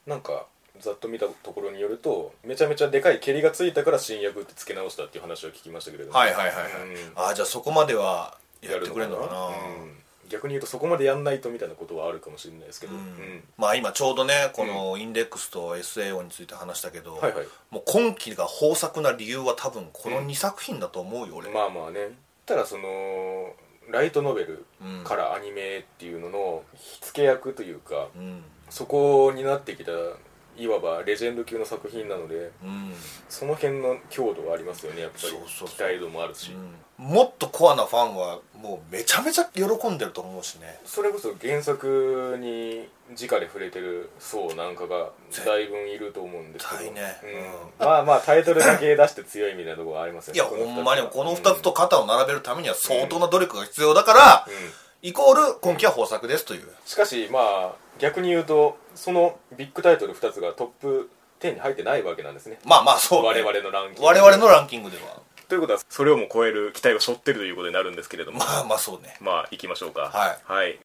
S1: なんかざっと見たところによるとめちゃめちゃでかい蹴りがついたから新薬って付け直したっていう話を聞きましたけれども
S2: はいはいはいはい、
S1: うん
S2: ああじゃあそこまではやってくれるのかな
S1: うん逆に言うとそこまでやんないとみたいなことはあるかもしれないですけど、
S2: うん
S1: うん
S2: まあ今ちょうどねこのインデックスと SAO について話したけど、
S1: はいはい
S2: もう今期が豊作な理由は多分この2作品だと思うよ俺、
S1: まあまあねただそのライトノベル
S2: うん
S1: からアニメっていうのの火付け役というか、
S2: うん
S1: そこになってきたいわばレジェンド級の作品なので
S2: うん
S1: その辺の強度はありますよねやっぱり
S2: そうそうそう
S1: 期待度もあるし、
S2: もっとコアなファンはもうめちゃめちゃ喜んでると思うしね
S1: それこそ原作に直で触れてる層なんかがだいぶんいると思うんですけど、
S2: 絶対ね
S1: うんまあまあタイトルだけ出して強いみたいなところはありますよ
S2: い
S1: ね
S2: やほんまにこの
S1: 二
S2: 2つと肩を並べるためには相当な努力が必要だから、
S1: うんうん
S2: イコール今期は豊作ですという、
S1: しかしまあ逆に言うとそのビッグタイトル2つがトップ10に入ってないわけなんですね
S2: まあまあそう、
S1: 我々のランキング
S2: 我々のランキングでは
S1: ということ はそれをも超える期待を背負ってるということになるんですけれども
S2: まあまあそうね
S1: まあ行きましょうか、
S2: はい
S1: はい、